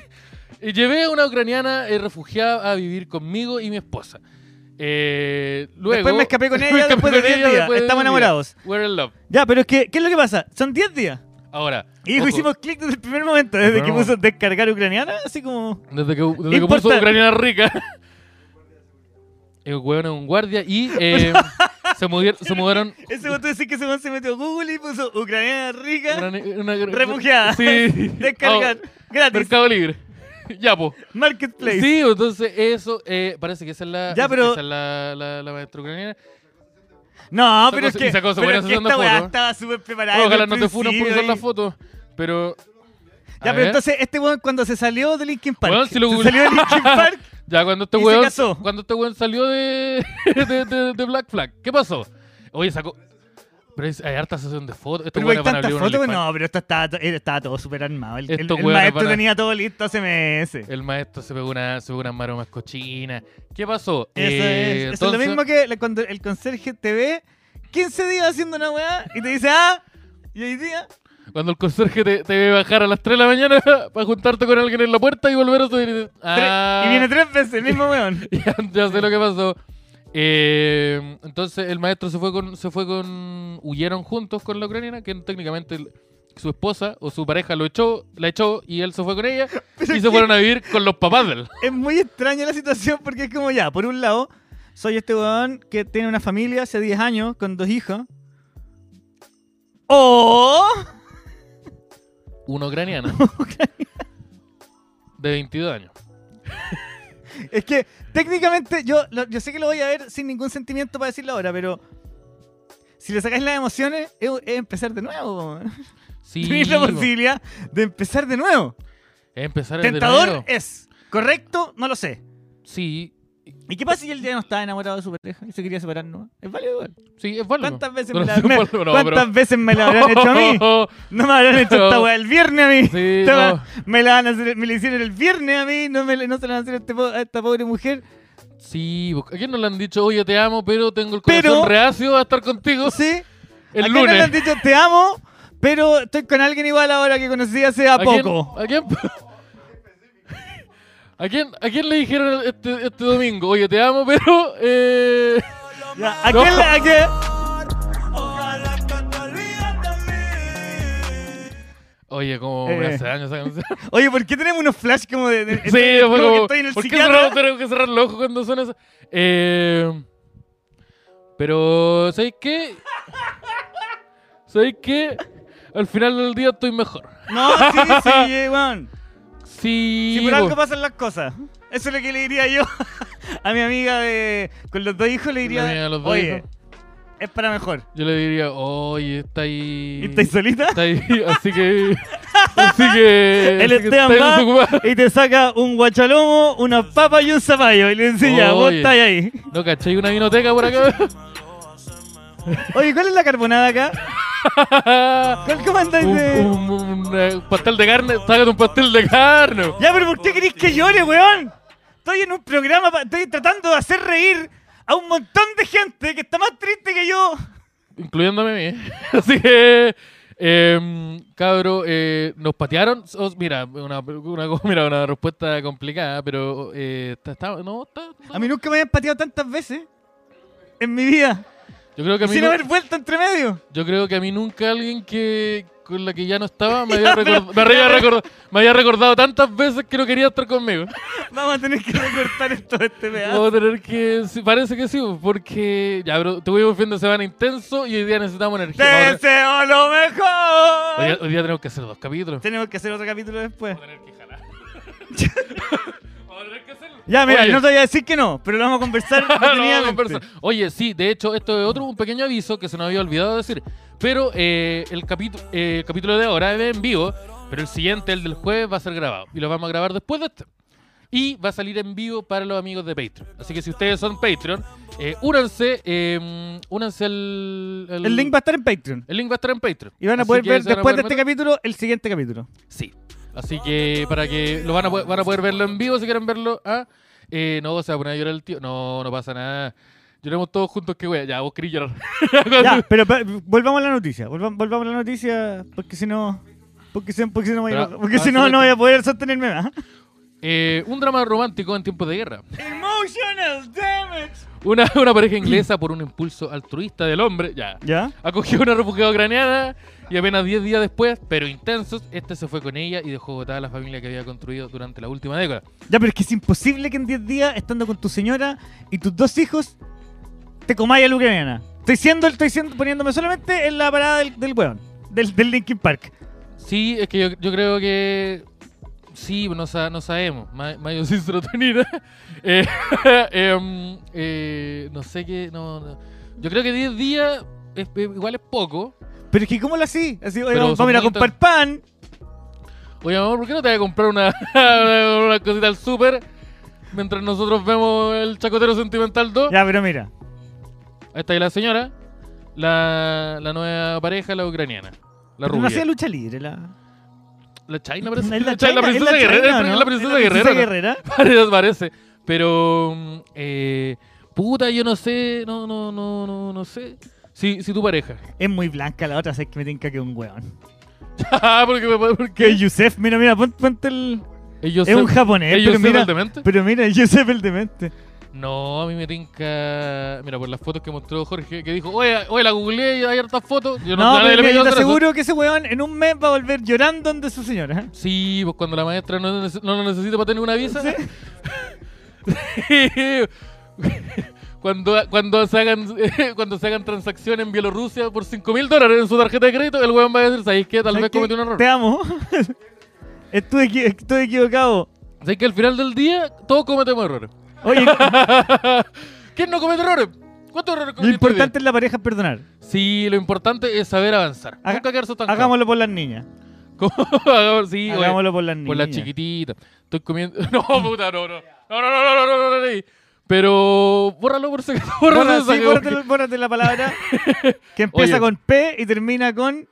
[SPEAKER 2] y llevé a una ucraniana eh, refugiada a vivir conmigo y mi esposa. Eh, luego,
[SPEAKER 1] después me escapé con
[SPEAKER 2] me
[SPEAKER 1] ella
[SPEAKER 2] escapé
[SPEAKER 1] después de
[SPEAKER 2] con
[SPEAKER 1] 10
[SPEAKER 2] ella
[SPEAKER 1] días.
[SPEAKER 2] después de
[SPEAKER 1] Estamos
[SPEAKER 2] 10 días.
[SPEAKER 1] enamorados.
[SPEAKER 2] We're in love.
[SPEAKER 1] Ya, pero es que, ¿qué es lo que pasa? Son 10 días.
[SPEAKER 2] Ahora.
[SPEAKER 1] Y dijo,
[SPEAKER 2] ojo,
[SPEAKER 1] hicimos clic desde el primer momento, desde
[SPEAKER 2] Bueno.
[SPEAKER 1] que puso descargar ucraniana, así como.
[SPEAKER 2] Desde que, desde que puso
[SPEAKER 1] Importante.
[SPEAKER 2] ucraniana rica. El hueón es un guardia y eh, se, mudier- se mudaron.
[SPEAKER 1] Ese voto decir que ese weón se metió a Google y puso ucraniana rica,
[SPEAKER 2] una- una-
[SPEAKER 1] refugiada.
[SPEAKER 2] Sí.
[SPEAKER 1] descargar,
[SPEAKER 2] Ah,
[SPEAKER 1] gratis,
[SPEAKER 2] Mercado Libre. ya, po.
[SPEAKER 1] marketplace.
[SPEAKER 2] Sí, entonces eso eh, parece que esa es la,
[SPEAKER 1] Ya,
[SPEAKER 2] esa-
[SPEAKER 1] pero-
[SPEAKER 2] esa es la, la, la maestra ucraniana.
[SPEAKER 1] No,
[SPEAKER 2] Sacó
[SPEAKER 1] pero es
[SPEAKER 2] su-
[SPEAKER 1] que,
[SPEAKER 2] y sacó su
[SPEAKER 1] pero
[SPEAKER 2] buena
[SPEAKER 1] es que
[SPEAKER 2] sesión de
[SPEAKER 1] esta weá
[SPEAKER 2] fotos.
[SPEAKER 1] estaba súper preparada.
[SPEAKER 2] Bueno,
[SPEAKER 1] desde
[SPEAKER 2] ojalá
[SPEAKER 1] Ah, el
[SPEAKER 2] no te funan por
[SPEAKER 1] principio
[SPEAKER 2] usar
[SPEAKER 1] y-
[SPEAKER 2] la foto, pero...
[SPEAKER 1] Ya,
[SPEAKER 2] A
[SPEAKER 1] pero
[SPEAKER 2] ver.
[SPEAKER 1] entonces este weón cuando se salió de Linkin Park,
[SPEAKER 2] Weón, si lo
[SPEAKER 1] se
[SPEAKER 2] googleé.
[SPEAKER 1] salió de Linkin Park,
[SPEAKER 2] Ya cuando este
[SPEAKER 1] y se
[SPEAKER 2] weón...
[SPEAKER 1] casó.
[SPEAKER 2] Cuando este weón salió de, de, de- de Black Flag, ¿qué pasó? Oye, sacó... Pero es- hay harta sesión de fotos. Estos
[SPEAKER 1] pero hay
[SPEAKER 2] weones van a
[SPEAKER 1] tantas
[SPEAKER 2] abrir un
[SPEAKER 1] fotos,
[SPEAKER 2] OnlyFans.
[SPEAKER 1] no, pero esto estaba, to- era- estaba todo súper armado. El, el-
[SPEAKER 2] Estos
[SPEAKER 1] el
[SPEAKER 2] weones
[SPEAKER 1] maestro
[SPEAKER 2] van a-
[SPEAKER 1] tenía todo listo hace meses.
[SPEAKER 2] El maestro se pegó una, se pegó unas maromas cochinas. ¿Qué pasó?
[SPEAKER 1] Eso
[SPEAKER 2] Eh,
[SPEAKER 1] es. Eso es lo
[SPEAKER 2] entonces-
[SPEAKER 1] mismo que la- cuando el conserje te ve 15 días haciendo una weá y te dice, ah, y hoy día.
[SPEAKER 2] Cuando el conserje te, te ve bajar a las 3 de la mañana para juntarte con alguien en la puerta y volver a subir.
[SPEAKER 1] tre-
[SPEAKER 2] Ah.
[SPEAKER 1] Y viene tres veces el mismo weón.
[SPEAKER 2] ya, ya sé lo que pasó. Eh, entonces el maestro se fue con, se fue con, huyeron juntos con la ucraniana, que técnicamente el- su esposa o su pareja lo echó, la echó y él se fue con ella y se fueron a vivir con los papás de él.
[SPEAKER 1] Es muy extraña la situación porque es como ya, por un lado, soy este weón que tiene una familia hace 10 años con dos hijos. ¡Oh! O
[SPEAKER 2] Uno ucraniano. De 22 años.
[SPEAKER 1] es que técnicamente yo, lo- yo sé que lo voy a ver sin ningún sentimiento para decirlo ahora, pero si le sacáis las emociones es, es empezar de nuevo. weón.
[SPEAKER 2] Sí,
[SPEAKER 1] Tenéis la
[SPEAKER 2] po.
[SPEAKER 1] posibilidad de empezar de nuevo.
[SPEAKER 2] Es empezar desde
[SPEAKER 1] Tentador
[SPEAKER 2] nuevo.
[SPEAKER 1] es. ¿Correcto? No lo sé.
[SPEAKER 2] Sí,
[SPEAKER 1] ¿Y qué pasa si él ya no estaba enamorado de su pareja y se quería separar? ¿no? Es válido igual.
[SPEAKER 2] sí, es válido.
[SPEAKER 1] ¿Cuántas veces
[SPEAKER 2] No,
[SPEAKER 1] me la
[SPEAKER 2] no,
[SPEAKER 1] me-
[SPEAKER 2] no, pero-
[SPEAKER 1] ¿Cuántas veces me la habrán hecho a mí? No me habrán hecho esta weá el viernes a mí.
[SPEAKER 2] Sí,
[SPEAKER 1] Esta weá
[SPEAKER 2] no.
[SPEAKER 1] Me la van a hacer, me la hicieron el viernes a mí, no, me, la- no se la van a hacer a, este po- a esta pobre mujer.
[SPEAKER 2] Sí, po. ¿a quién no le han dicho, oye, te amo, pero tengo el corazón
[SPEAKER 1] Pero-
[SPEAKER 2] reacio a estar contigo
[SPEAKER 1] Sí. ¿A
[SPEAKER 2] el
[SPEAKER 1] quién no le
[SPEAKER 2] lunes?
[SPEAKER 1] han dicho te amo, pero estoy con alguien igual ahora que conocí hace a
[SPEAKER 2] quién-
[SPEAKER 1] poco.
[SPEAKER 2] ¿A quién? ¿A quién, a quién le dijeron este, este domingo? Oye, te amo, pero... Eh...
[SPEAKER 1] Ya, ¿A
[SPEAKER 2] No.
[SPEAKER 1] quién le- a quién-
[SPEAKER 3] Ojalá que te olvides de mí.
[SPEAKER 2] Oye, como me
[SPEAKER 1] Eh.
[SPEAKER 2] hace daño esa canción.
[SPEAKER 1] Oye, ¿por qué tenemos unos flash como de. de-
[SPEAKER 2] Sí,
[SPEAKER 1] estoy-
[SPEAKER 2] fue
[SPEAKER 1] como que
[SPEAKER 2] como,
[SPEAKER 1] estoy en el
[SPEAKER 2] ¿por qué
[SPEAKER 1] psiquiatra?
[SPEAKER 2] cerramos- tengo que cerrar los ojos cuando suena eso? Eh, pero, ¿sabéis qué? ¿Sabéis qué? Al final del día estoy mejor.
[SPEAKER 1] No, sí, sí, eh, weón.
[SPEAKER 2] Sí,
[SPEAKER 1] Si por
[SPEAKER 2] po.
[SPEAKER 1] algo pasan las cosas. Eso es lo que le diría yo a mi amiga de. Con los dos hijos le
[SPEAKER 2] La mía,
[SPEAKER 1] diría.
[SPEAKER 2] los dos
[SPEAKER 1] Oye,
[SPEAKER 2] hijos.
[SPEAKER 1] es para mejor.
[SPEAKER 2] yo le diría, oye, está ahí...
[SPEAKER 1] ¿Y estáis solita?
[SPEAKER 2] Está ahí, así que... Así que...
[SPEAKER 1] El
[SPEAKER 2] así que
[SPEAKER 1] Esteban
[SPEAKER 2] estáis
[SPEAKER 1] va
[SPEAKER 2] desocupados.
[SPEAKER 1] y te saca un guachalomo, una papa y un zapallo. Y le enseña, vos
[SPEAKER 2] Oye.
[SPEAKER 1] estáis ahí.
[SPEAKER 2] No, ¿cachai? Una vinoteca por
[SPEAKER 1] Oye, ¿cuál es la carbonada acá?
[SPEAKER 2] acá.
[SPEAKER 1] ¿Cuál comandante?
[SPEAKER 2] un, un- un, eh, pastel de carne. Sácate un pastel de carne.
[SPEAKER 1] Ya, pero ¿por qué querés que llore, weón? Estoy en un programa, pa- estoy tratando de hacer reír a un montón de gente que está más triste que yo.
[SPEAKER 2] incluyéndome a mí. Así que, em, cabro, eh, nos patearon. Os- mira, una, una, co- mira, una respuesta complicada, pero eh, está, está- no, está- está-
[SPEAKER 1] A mí nunca me habían pateado tantas veces en mi vida.
[SPEAKER 2] yo creo que a
[SPEAKER 1] y
[SPEAKER 2] mí,
[SPEAKER 1] sin
[SPEAKER 2] nu-
[SPEAKER 1] haber vuelto entre medio.
[SPEAKER 2] yo creo que a mí nunca alguien que con la que ya no estaba me
[SPEAKER 1] Ya,
[SPEAKER 2] había,
[SPEAKER 1] pero-
[SPEAKER 2] record- me había record- me había recordado tantas veces que no quería estar conmigo.
[SPEAKER 1] Vamos a tener que recortar esto de este pedazo.
[SPEAKER 2] Vamos a tener que, sí, parece que sí, porque ya, pero tuvimos un fin de semana intenso y hoy día necesitamos energía.
[SPEAKER 1] Te
[SPEAKER 2] Vamos a-
[SPEAKER 1] deseo lo
[SPEAKER 2] Hoy día,
[SPEAKER 1] mejor.
[SPEAKER 2] hoy día tenemos que hacer dos capítulos.
[SPEAKER 1] Tenemos que hacer otro capítulo después.
[SPEAKER 2] Vamos a tener que jalar. Vamos a tener que hacerlo.
[SPEAKER 1] Ya, mira,
[SPEAKER 2] Oye.
[SPEAKER 1] no te voy a decir que no, pero lo vamos a conversar.
[SPEAKER 2] Ah, no,
[SPEAKER 1] detenidamente.
[SPEAKER 2] conversa. Oye, sí, de hecho, esto es otro un pequeño aviso que se nos había olvidado decir. Pero eh, el, capítulo el capítulo de ahora es en vivo, pero el siguiente, el del jueves, va a ser grabado. Y lo vamos a grabar después de este. Y va a salir en vivo para los amigos de Patreon. Así que si ustedes son Patreon, eh, únanse, eh, únanse al, al-
[SPEAKER 1] El link va a estar en Patreon.
[SPEAKER 2] el link va a estar en Patreon.
[SPEAKER 1] Y van a
[SPEAKER 2] Así
[SPEAKER 1] poder
[SPEAKER 2] que
[SPEAKER 1] ver
[SPEAKER 2] se van a
[SPEAKER 1] después de
[SPEAKER 2] poder
[SPEAKER 1] este
[SPEAKER 2] meter-
[SPEAKER 1] capítulo el siguiente capítulo.
[SPEAKER 2] Sí. Así que para que lo van a, po- van a poder verlo en vivo si quieren verlo. Ah, eh, no, se va a poner a llorar el tío. No, no pasa nada. Lloremos todos juntos, que wea. Ya, vos querés llorar.
[SPEAKER 1] Ya, pero pa- volvamos a la noticia. Volva- volvamos a la noticia porque si no. Porque si, porque si no, voy a-
[SPEAKER 2] Pero-
[SPEAKER 1] porque si
[SPEAKER 2] ah,
[SPEAKER 1] no,
[SPEAKER 2] sí,
[SPEAKER 1] no
[SPEAKER 2] sí.
[SPEAKER 1] voy a poder sostenerme ¿ah? más.
[SPEAKER 2] Eh, un drama romántico en tiempos de guerra.
[SPEAKER 1] Emotional damage.
[SPEAKER 2] Una, una pareja inglesa, por un impulso altruista del hombre, ya,
[SPEAKER 1] ¿Ya?
[SPEAKER 2] acogió a una refugiada ucraniana y apenas 10 días después, pero intensos, este se fue con ella y dejó botada a la familia que había construido durante la última década.
[SPEAKER 1] Ya, pero es que es imposible que en 10 días, estando con tu señora y tus dos hijos, te comáis a la ucraniana. Estoy, siendo, estoy siendo, poniéndome solamente en la parada del, del weón, del, del Linkin Park.
[SPEAKER 2] Sí, es que yo, yo creo que. Sí, no, sa- no sabemos. Ma- Mayo sin serotonina. Eh, em, eh, no sé qué. No, no. Yo creo que 10 días es- es- igual es poco.
[SPEAKER 1] Pero es que, ¿cómo lo así? Así, oye,
[SPEAKER 2] Pero
[SPEAKER 1] vamos,
[SPEAKER 2] son
[SPEAKER 1] vamos a ir a
[SPEAKER 2] bonitas.
[SPEAKER 1] comprar pan.
[SPEAKER 2] Oye, amor, ¿por qué no te vas a comprar una, una, una cosita al súper mientras nosotros vemos el Chacotero Sentimental 2?
[SPEAKER 1] Ya, pero mira.
[SPEAKER 2] Ahí está ahí la señora, la, la nueva pareja, la ucraniana. La
[SPEAKER 1] pero No hacía
[SPEAKER 2] rubia.
[SPEAKER 1] lucha libre. La,
[SPEAKER 2] La China parece.
[SPEAKER 1] es
[SPEAKER 2] La, China,
[SPEAKER 1] China,
[SPEAKER 2] la
[SPEAKER 1] es
[SPEAKER 2] princesa guerrera.
[SPEAKER 1] China,
[SPEAKER 2] es
[SPEAKER 1] ¿no?
[SPEAKER 2] La
[SPEAKER 1] Es
[SPEAKER 2] princesa guerrera. ¿no?
[SPEAKER 1] guerrera.
[SPEAKER 2] Parece, parece. Pero, mm, eh, puta, yo no sé, no, no, no, no, no sé. Si, si tu pareja.
[SPEAKER 1] Es muy blanca la otra, sabes que me tinca que es un weón.
[SPEAKER 2] porque, me- porque
[SPEAKER 1] Que Yusef, mira, mira, pon- ponte el.
[SPEAKER 2] ellos
[SPEAKER 1] Es un
[SPEAKER 2] son-
[SPEAKER 1] japonés,
[SPEAKER 2] ellos
[SPEAKER 1] pero
[SPEAKER 2] son
[SPEAKER 1] mira,
[SPEAKER 2] el demente.
[SPEAKER 1] pero mira, el Yusef el demente.
[SPEAKER 2] No, a mí me tinca. Mira, por las fotos que mostró Jorge, que dijo, oye, oye la googleé y hay hartas fotos. Yo
[SPEAKER 1] No,
[SPEAKER 2] nadie
[SPEAKER 1] pero
[SPEAKER 2] le
[SPEAKER 1] mira,
[SPEAKER 2] pidió
[SPEAKER 1] yo te
[SPEAKER 2] autógrafo.
[SPEAKER 1] aseguro que ese weón en un mes va a volver llorando donde su señora.
[SPEAKER 2] Sí, pues cuando la maestra no, nece- no lo necesita para tener una visa. cuando, cuando, se hagan, cuando se hagan transacciones en Bielorrusia por 5 mil dólares en su tarjeta de crédito, el weón va a decir, ¿sabes qué? Tal
[SPEAKER 1] ¿Sabes
[SPEAKER 2] vez
[SPEAKER 1] qué?
[SPEAKER 2] cometió un error.
[SPEAKER 1] Te amo. Estuve, equi- estoy equivocado.
[SPEAKER 2] ¿Sabes que al final del día todos cometemos errores?
[SPEAKER 1] Oye,
[SPEAKER 2] ¿Quién no comete errores? ¿Cuántos
[SPEAKER 1] lo
[SPEAKER 2] errores cometiste hoy día?
[SPEAKER 1] importante en la pareja es perdonar.
[SPEAKER 2] Sí, lo importante es saber avanzar.
[SPEAKER 1] Haga-
[SPEAKER 2] Nunca quedarse tan
[SPEAKER 1] Hagámoslo por las niñas.
[SPEAKER 2] sí, oye,
[SPEAKER 1] Hagámoslo por las niñas.
[SPEAKER 2] por la chiquitita. Estoy comiendo. No, puta, no, no. No, no, no, no, no, no, no, no, no. Pero bórralo por si acaso, bórralo
[SPEAKER 1] Borra,
[SPEAKER 2] de esa
[SPEAKER 1] sí,
[SPEAKER 2] que-
[SPEAKER 1] bórrate, la- bórrate la palabra que empieza
[SPEAKER 2] Oye.
[SPEAKER 1] con P y termina con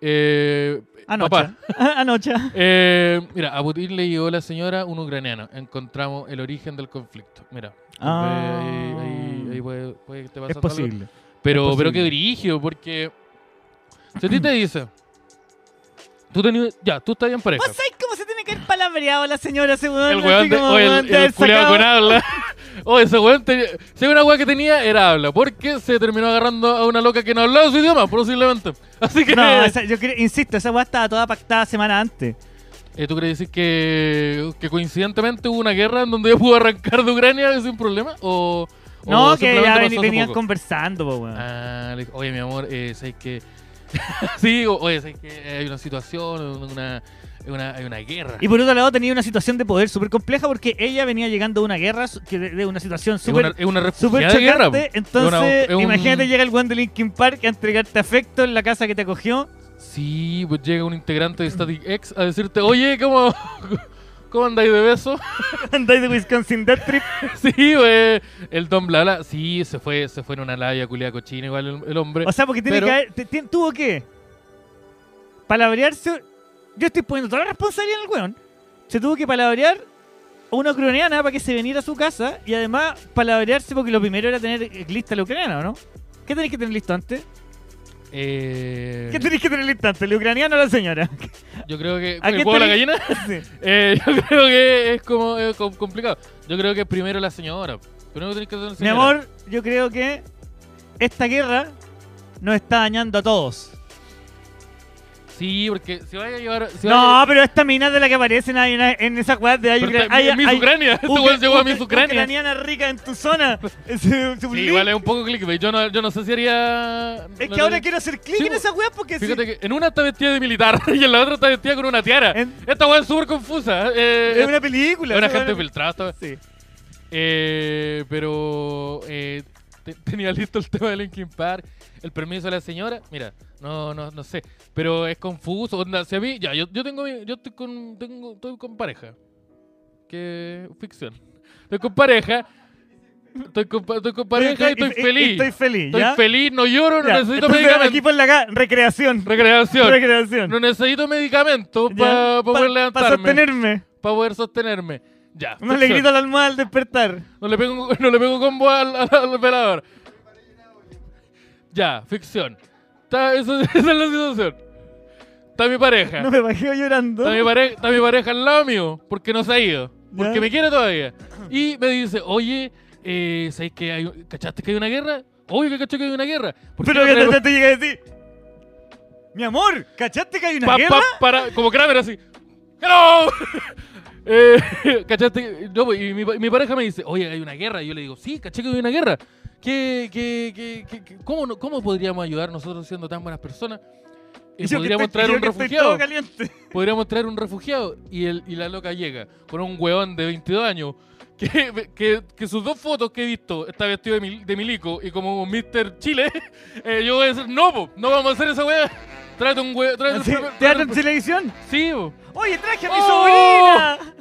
[SPEAKER 2] Eh,
[SPEAKER 1] anoche.
[SPEAKER 2] Papá.
[SPEAKER 1] Anoche.
[SPEAKER 2] Eh, mira, a Putin le llegó la señora un ucraniano. Encontramos el origen del conflicto. Mira.
[SPEAKER 1] Ah.
[SPEAKER 2] Eh, ahí, ahí- ahí puede, puede que te pase
[SPEAKER 1] Es
[SPEAKER 2] algo.
[SPEAKER 1] posible.
[SPEAKER 2] Pero,
[SPEAKER 1] Es
[SPEAKER 2] pero
[SPEAKER 1] posible.
[SPEAKER 2] qué brígido, porque. Si a ti te dice. Tú tenías. Ya, tú estás en pareja.
[SPEAKER 1] ¿Vos sabés cómo se tiene que haber palabreado la señora ese weón?
[SPEAKER 2] El
[SPEAKER 1] Así
[SPEAKER 2] weón de,
[SPEAKER 1] como,
[SPEAKER 2] oye,
[SPEAKER 1] weón,
[SPEAKER 2] el,
[SPEAKER 1] de haber
[SPEAKER 2] el culiao
[SPEAKER 1] sacado-
[SPEAKER 2] con habla. O ese weón tenía. Si había una weá que tenía, era habla. Porque se terminó agarrando a una loca que no hablaba su idioma, posiblemente. Así que.
[SPEAKER 1] No, esa- yo creo- insisto, esa weá estaba toda pactada semana antes.
[SPEAKER 2] Eh, ¿Tú crees decir que, que coincidentemente hubo una guerra en donde yo pude arrancar de Ucrania sin problema? ¿O, o
[SPEAKER 1] No, que
[SPEAKER 2] simplemente
[SPEAKER 1] ya ven-
[SPEAKER 2] Oh, pasó hace
[SPEAKER 1] venían
[SPEAKER 2] poco?
[SPEAKER 1] conversando, po, weón.
[SPEAKER 2] Ah, le dijo, oye, mi amor, eh, ¿sabes que sí, o- oye, ¿sabes que Hay una situación, una, una, hay una guerra.
[SPEAKER 1] Y por otro lado tenía una situación de poder súper compleja porque ella venía llegando de una guerra, su- que de, de una situación
[SPEAKER 2] es una,
[SPEAKER 1] súper
[SPEAKER 2] es una
[SPEAKER 1] súper
[SPEAKER 2] refugiada de
[SPEAKER 1] chocante.
[SPEAKER 2] guerra. po.
[SPEAKER 1] Entonces,
[SPEAKER 2] Es una- es un-
[SPEAKER 1] imagínate llega el weón de Linkin Park a entregarte afecto en la casa que te acogió.
[SPEAKER 2] Sí, pues llega un integrante de Static X a decirte, oye, ¿cómo, cómo andáis de beso?
[SPEAKER 1] Andáis de Wisconsin Dead Trip.
[SPEAKER 2] sí, pues, el Don Blala, sí, se fue, se fue en una labia culiada cochina igual el, el hombre.
[SPEAKER 1] O sea, porque tiene
[SPEAKER 2] Pero-
[SPEAKER 1] que haber, te- te- tuvo que palabrearse. Yo estoy poniendo toda la responsabilidad en el weón. Se tuvo que palabrear a una ucraniana para que se viniera a su casa y además palabrearse porque lo primero era tener eh, lista la ucraniana, ¿o no? ¿Qué tenéis que tener listo antes?
[SPEAKER 2] Eh,
[SPEAKER 1] ¿Qué tenéis que tener listo antes? ¿La ucraniana o la señora?
[SPEAKER 2] yo creo que...
[SPEAKER 1] ¿A
[SPEAKER 2] ¿El
[SPEAKER 1] qué
[SPEAKER 2] huevo de la
[SPEAKER 1] tenés-
[SPEAKER 2] gallina?
[SPEAKER 1] Sí.
[SPEAKER 2] Eh, yo creo que es como es com- complicado. Yo creo que primero la señora. Primero tenés que hacer la
[SPEAKER 1] Mi
[SPEAKER 2] señora.
[SPEAKER 1] amor, yo creo que esta guerra nos está dañando a todos.
[SPEAKER 2] Sí, porque si vaya a llevar... Si
[SPEAKER 1] No,
[SPEAKER 2] vaya-
[SPEAKER 1] pero esta mina de la que aparecen ahí en, en esa web de hay
[SPEAKER 2] pero
[SPEAKER 1] ucra-
[SPEAKER 2] está-
[SPEAKER 1] hay-
[SPEAKER 2] Miss
[SPEAKER 1] hay-
[SPEAKER 2] Ucrania. Este
[SPEAKER 1] Ucra-
[SPEAKER 2] weón llegó a
[SPEAKER 1] ucra-
[SPEAKER 2] Miss Ucrania.
[SPEAKER 1] Ucraniana rica en tu zona. Es, eh, un
[SPEAKER 2] Sí,
[SPEAKER 1] link.
[SPEAKER 2] igual es un poco clickbait. Yo no, yo no sé si haría...
[SPEAKER 1] Es
[SPEAKER 2] no
[SPEAKER 1] que
[SPEAKER 2] sé-
[SPEAKER 1] ahora quiero hacer clic
[SPEAKER 2] Sí,
[SPEAKER 1] en
[SPEAKER 2] po.
[SPEAKER 1] esa weá porque
[SPEAKER 2] Fíjate
[SPEAKER 1] sí.
[SPEAKER 2] que en una está vestida de militar y en la otra está vestida con una tiara.
[SPEAKER 1] En-
[SPEAKER 2] Esta weá es súper confusa. eh,
[SPEAKER 1] es
[SPEAKER 2] es
[SPEAKER 1] una
[SPEAKER 2] una,
[SPEAKER 1] película. esa
[SPEAKER 2] gente
[SPEAKER 1] weá.
[SPEAKER 2] filtrada esta weá.
[SPEAKER 1] Sí.
[SPEAKER 2] Eh, pero eh, te- tenía listo el tema de Linkin Park, el permiso de la señora. Mira, no, no, no sé. Pero es confuso. Onda, si a mí, ya, yo, yo tengo mi- yo estoy con, tengo, estoy con pareja. Que ficción. Estoy con pareja. Estoy con, pa- estoy con pareja y estoy feliz.
[SPEAKER 1] Estoy feliz.
[SPEAKER 2] Estoy
[SPEAKER 1] ¿ya?
[SPEAKER 2] feliz, no lloro, no
[SPEAKER 1] Ya,
[SPEAKER 2] necesito
[SPEAKER 1] entonces,
[SPEAKER 2] medicamento.
[SPEAKER 1] Aquí ponla acá, recreación.
[SPEAKER 2] Recreación.
[SPEAKER 1] Recreación.
[SPEAKER 2] No necesito medicamentos
[SPEAKER 1] ¿ya?
[SPEAKER 2] para poder
[SPEAKER 1] Pa-
[SPEAKER 2] levantarme.
[SPEAKER 1] pa sostenerme.
[SPEAKER 2] Para poder sostenerme. Ya.
[SPEAKER 1] No le
[SPEAKER 2] ficción.
[SPEAKER 1] grito a la almohada al despertar.
[SPEAKER 2] No le pego, no le pego combo al, al, al velador. Ya, ficción. Está- eso- esa es la situación. Está mi pareja.
[SPEAKER 1] No me bajeo llorando.
[SPEAKER 2] Está mi, pare- está mi pareja al lado mío, porque no se ha ido. Porque
[SPEAKER 1] Ya.
[SPEAKER 2] me quiere todavía. Y me dice, oye, eh, ¿sabes que hay, ¿cachaste que hay una guerra? Obvio que caché que hay una guerra. ¿Por qué
[SPEAKER 1] Pero
[SPEAKER 2] no
[SPEAKER 1] que
[SPEAKER 2] traemos-
[SPEAKER 1] te, te llega a decir. Mi amor, ¿cachaste que hay una
[SPEAKER 2] Pa- pa-
[SPEAKER 1] guerra?
[SPEAKER 2] para, como Kramer así. ¡Hello! Eh, ¿Cachaste? No, pues, y mi, mi pareja me dice, oye, hay una guerra. Y yo le digo, sí, caché que hay una guerra. ¿Qué, qué, qué, qué- qué- cómo, no- ¿Cómo podríamos ayudar nosotros siendo tan buenas personas? Eh,
[SPEAKER 1] Y yo que
[SPEAKER 2] podríamos
[SPEAKER 1] estoy-
[SPEAKER 2] traer
[SPEAKER 1] yo
[SPEAKER 2] un
[SPEAKER 1] que Estoy todo
[SPEAKER 2] refugiado.
[SPEAKER 1] caliente.
[SPEAKER 2] Podríamos traer un refugiado. Y, el, y la loca llega con un hueón de 22 años. Que, que, que sus dos fotos que he visto está vestido de, mil- de milico y como Mr. Chile. eh, yo voy a decir, no, po, no vamos a hacer esa weá. Tráete un hueón. Tráete,
[SPEAKER 1] Así,
[SPEAKER 2] un- tráete
[SPEAKER 1] Teatro en
[SPEAKER 2] un-
[SPEAKER 1] televisión.
[SPEAKER 2] Sí, bo.
[SPEAKER 1] Oye, traje a mi
[SPEAKER 2] ¡Oh!
[SPEAKER 1] sobrina.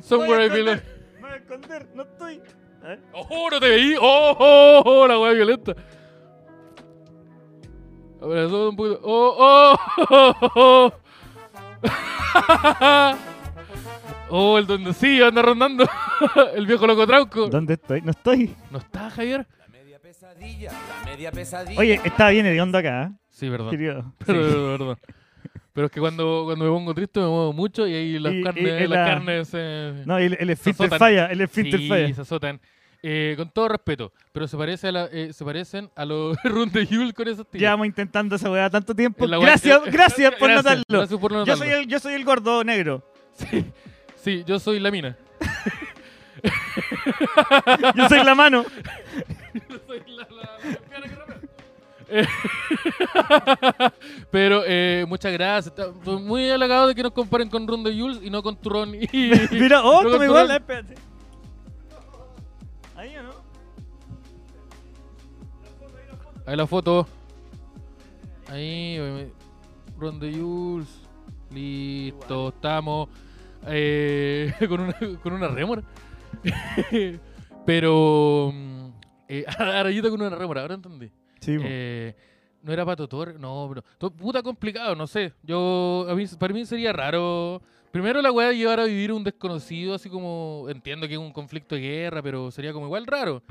[SPEAKER 2] Somewhere
[SPEAKER 1] Me voy
[SPEAKER 2] I
[SPEAKER 1] a
[SPEAKER 2] belong.
[SPEAKER 1] esconder, Me voy a esconder, no estoy. A ver.
[SPEAKER 2] Oh, no te veí. Oh, oh, oh, la weá violenta. Abrazó un poquito. Oh, oh, oh, oh. Oh, el dondecillo anda rondando. El viejo loco trauco.
[SPEAKER 1] ¿Dónde estoy? No estoy.
[SPEAKER 2] ¿No está, Javier?
[SPEAKER 3] La media pesadilla, la media pesadilla.
[SPEAKER 1] Oye, está bien hediondo acá, ¿eh?
[SPEAKER 2] Sí, perdón.
[SPEAKER 1] querido.
[SPEAKER 2] Perdón, perdón. Pero es que cuando, cuando me pongo triste me muevo mucho y ahí las
[SPEAKER 1] Y- y-
[SPEAKER 2] carnes,
[SPEAKER 1] y
[SPEAKER 2] las
[SPEAKER 1] la-
[SPEAKER 2] carnes se...
[SPEAKER 1] No, el, el esfínter
[SPEAKER 2] azotan.
[SPEAKER 1] falla, el esfínter
[SPEAKER 2] eh, sí,
[SPEAKER 1] falla.
[SPEAKER 2] se azotan. Eh, con todo respeto, pero se, parece a la- eh, se parecen a los Run de Yule con esos tíos.
[SPEAKER 1] Llevamos intentando esa weá tanto tiempo.
[SPEAKER 2] La weá-
[SPEAKER 1] pues, Gracias,
[SPEAKER 2] eh,
[SPEAKER 1] gracias por
[SPEAKER 2] gracias,
[SPEAKER 1] notarlo.
[SPEAKER 2] gracias por
[SPEAKER 1] Yo
[SPEAKER 2] notarlo.
[SPEAKER 1] soy, el, yo soy el gordo negro.
[SPEAKER 2] Sí, sí, yo soy la mina.
[SPEAKER 1] Yo soy la mano.
[SPEAKER 2] Soy la- la- la lesbiana que rapea. Eh, Pero eh, muchas gracias. Está- Estoy muy halagado de que nos comparen con Ron de Jules y no con Turón. Y,
[SPEAKER 1] Mira, oh,
[SPEAKER 2] no
[SPEAKER 1] toma
[SPEAKER 2] con
[SPEAKER 1] igual.
[SPEAKER 2] Turón.
[SPEAKER 1] ah, Espérate. Ahí o no?
[SPEAKER 2] Ahí la foto. Ahí, eh, Ron de Jules. Listo, estamos eh, con, una, con una rémora. Pero. mm, Eh, Arayita con una rémora, ahora entendí.
[SPEAKER 1] Sí,
[SPEAKER 2] Eh, no era Pato Torres, no, bro. To- Puta complicado, no sé. Yo, a mí, para mí sería raro. Primero la weá de llevar a vivir un desconocido, así como entiendo que es un conflicto de guerra, pero sería como igual raro.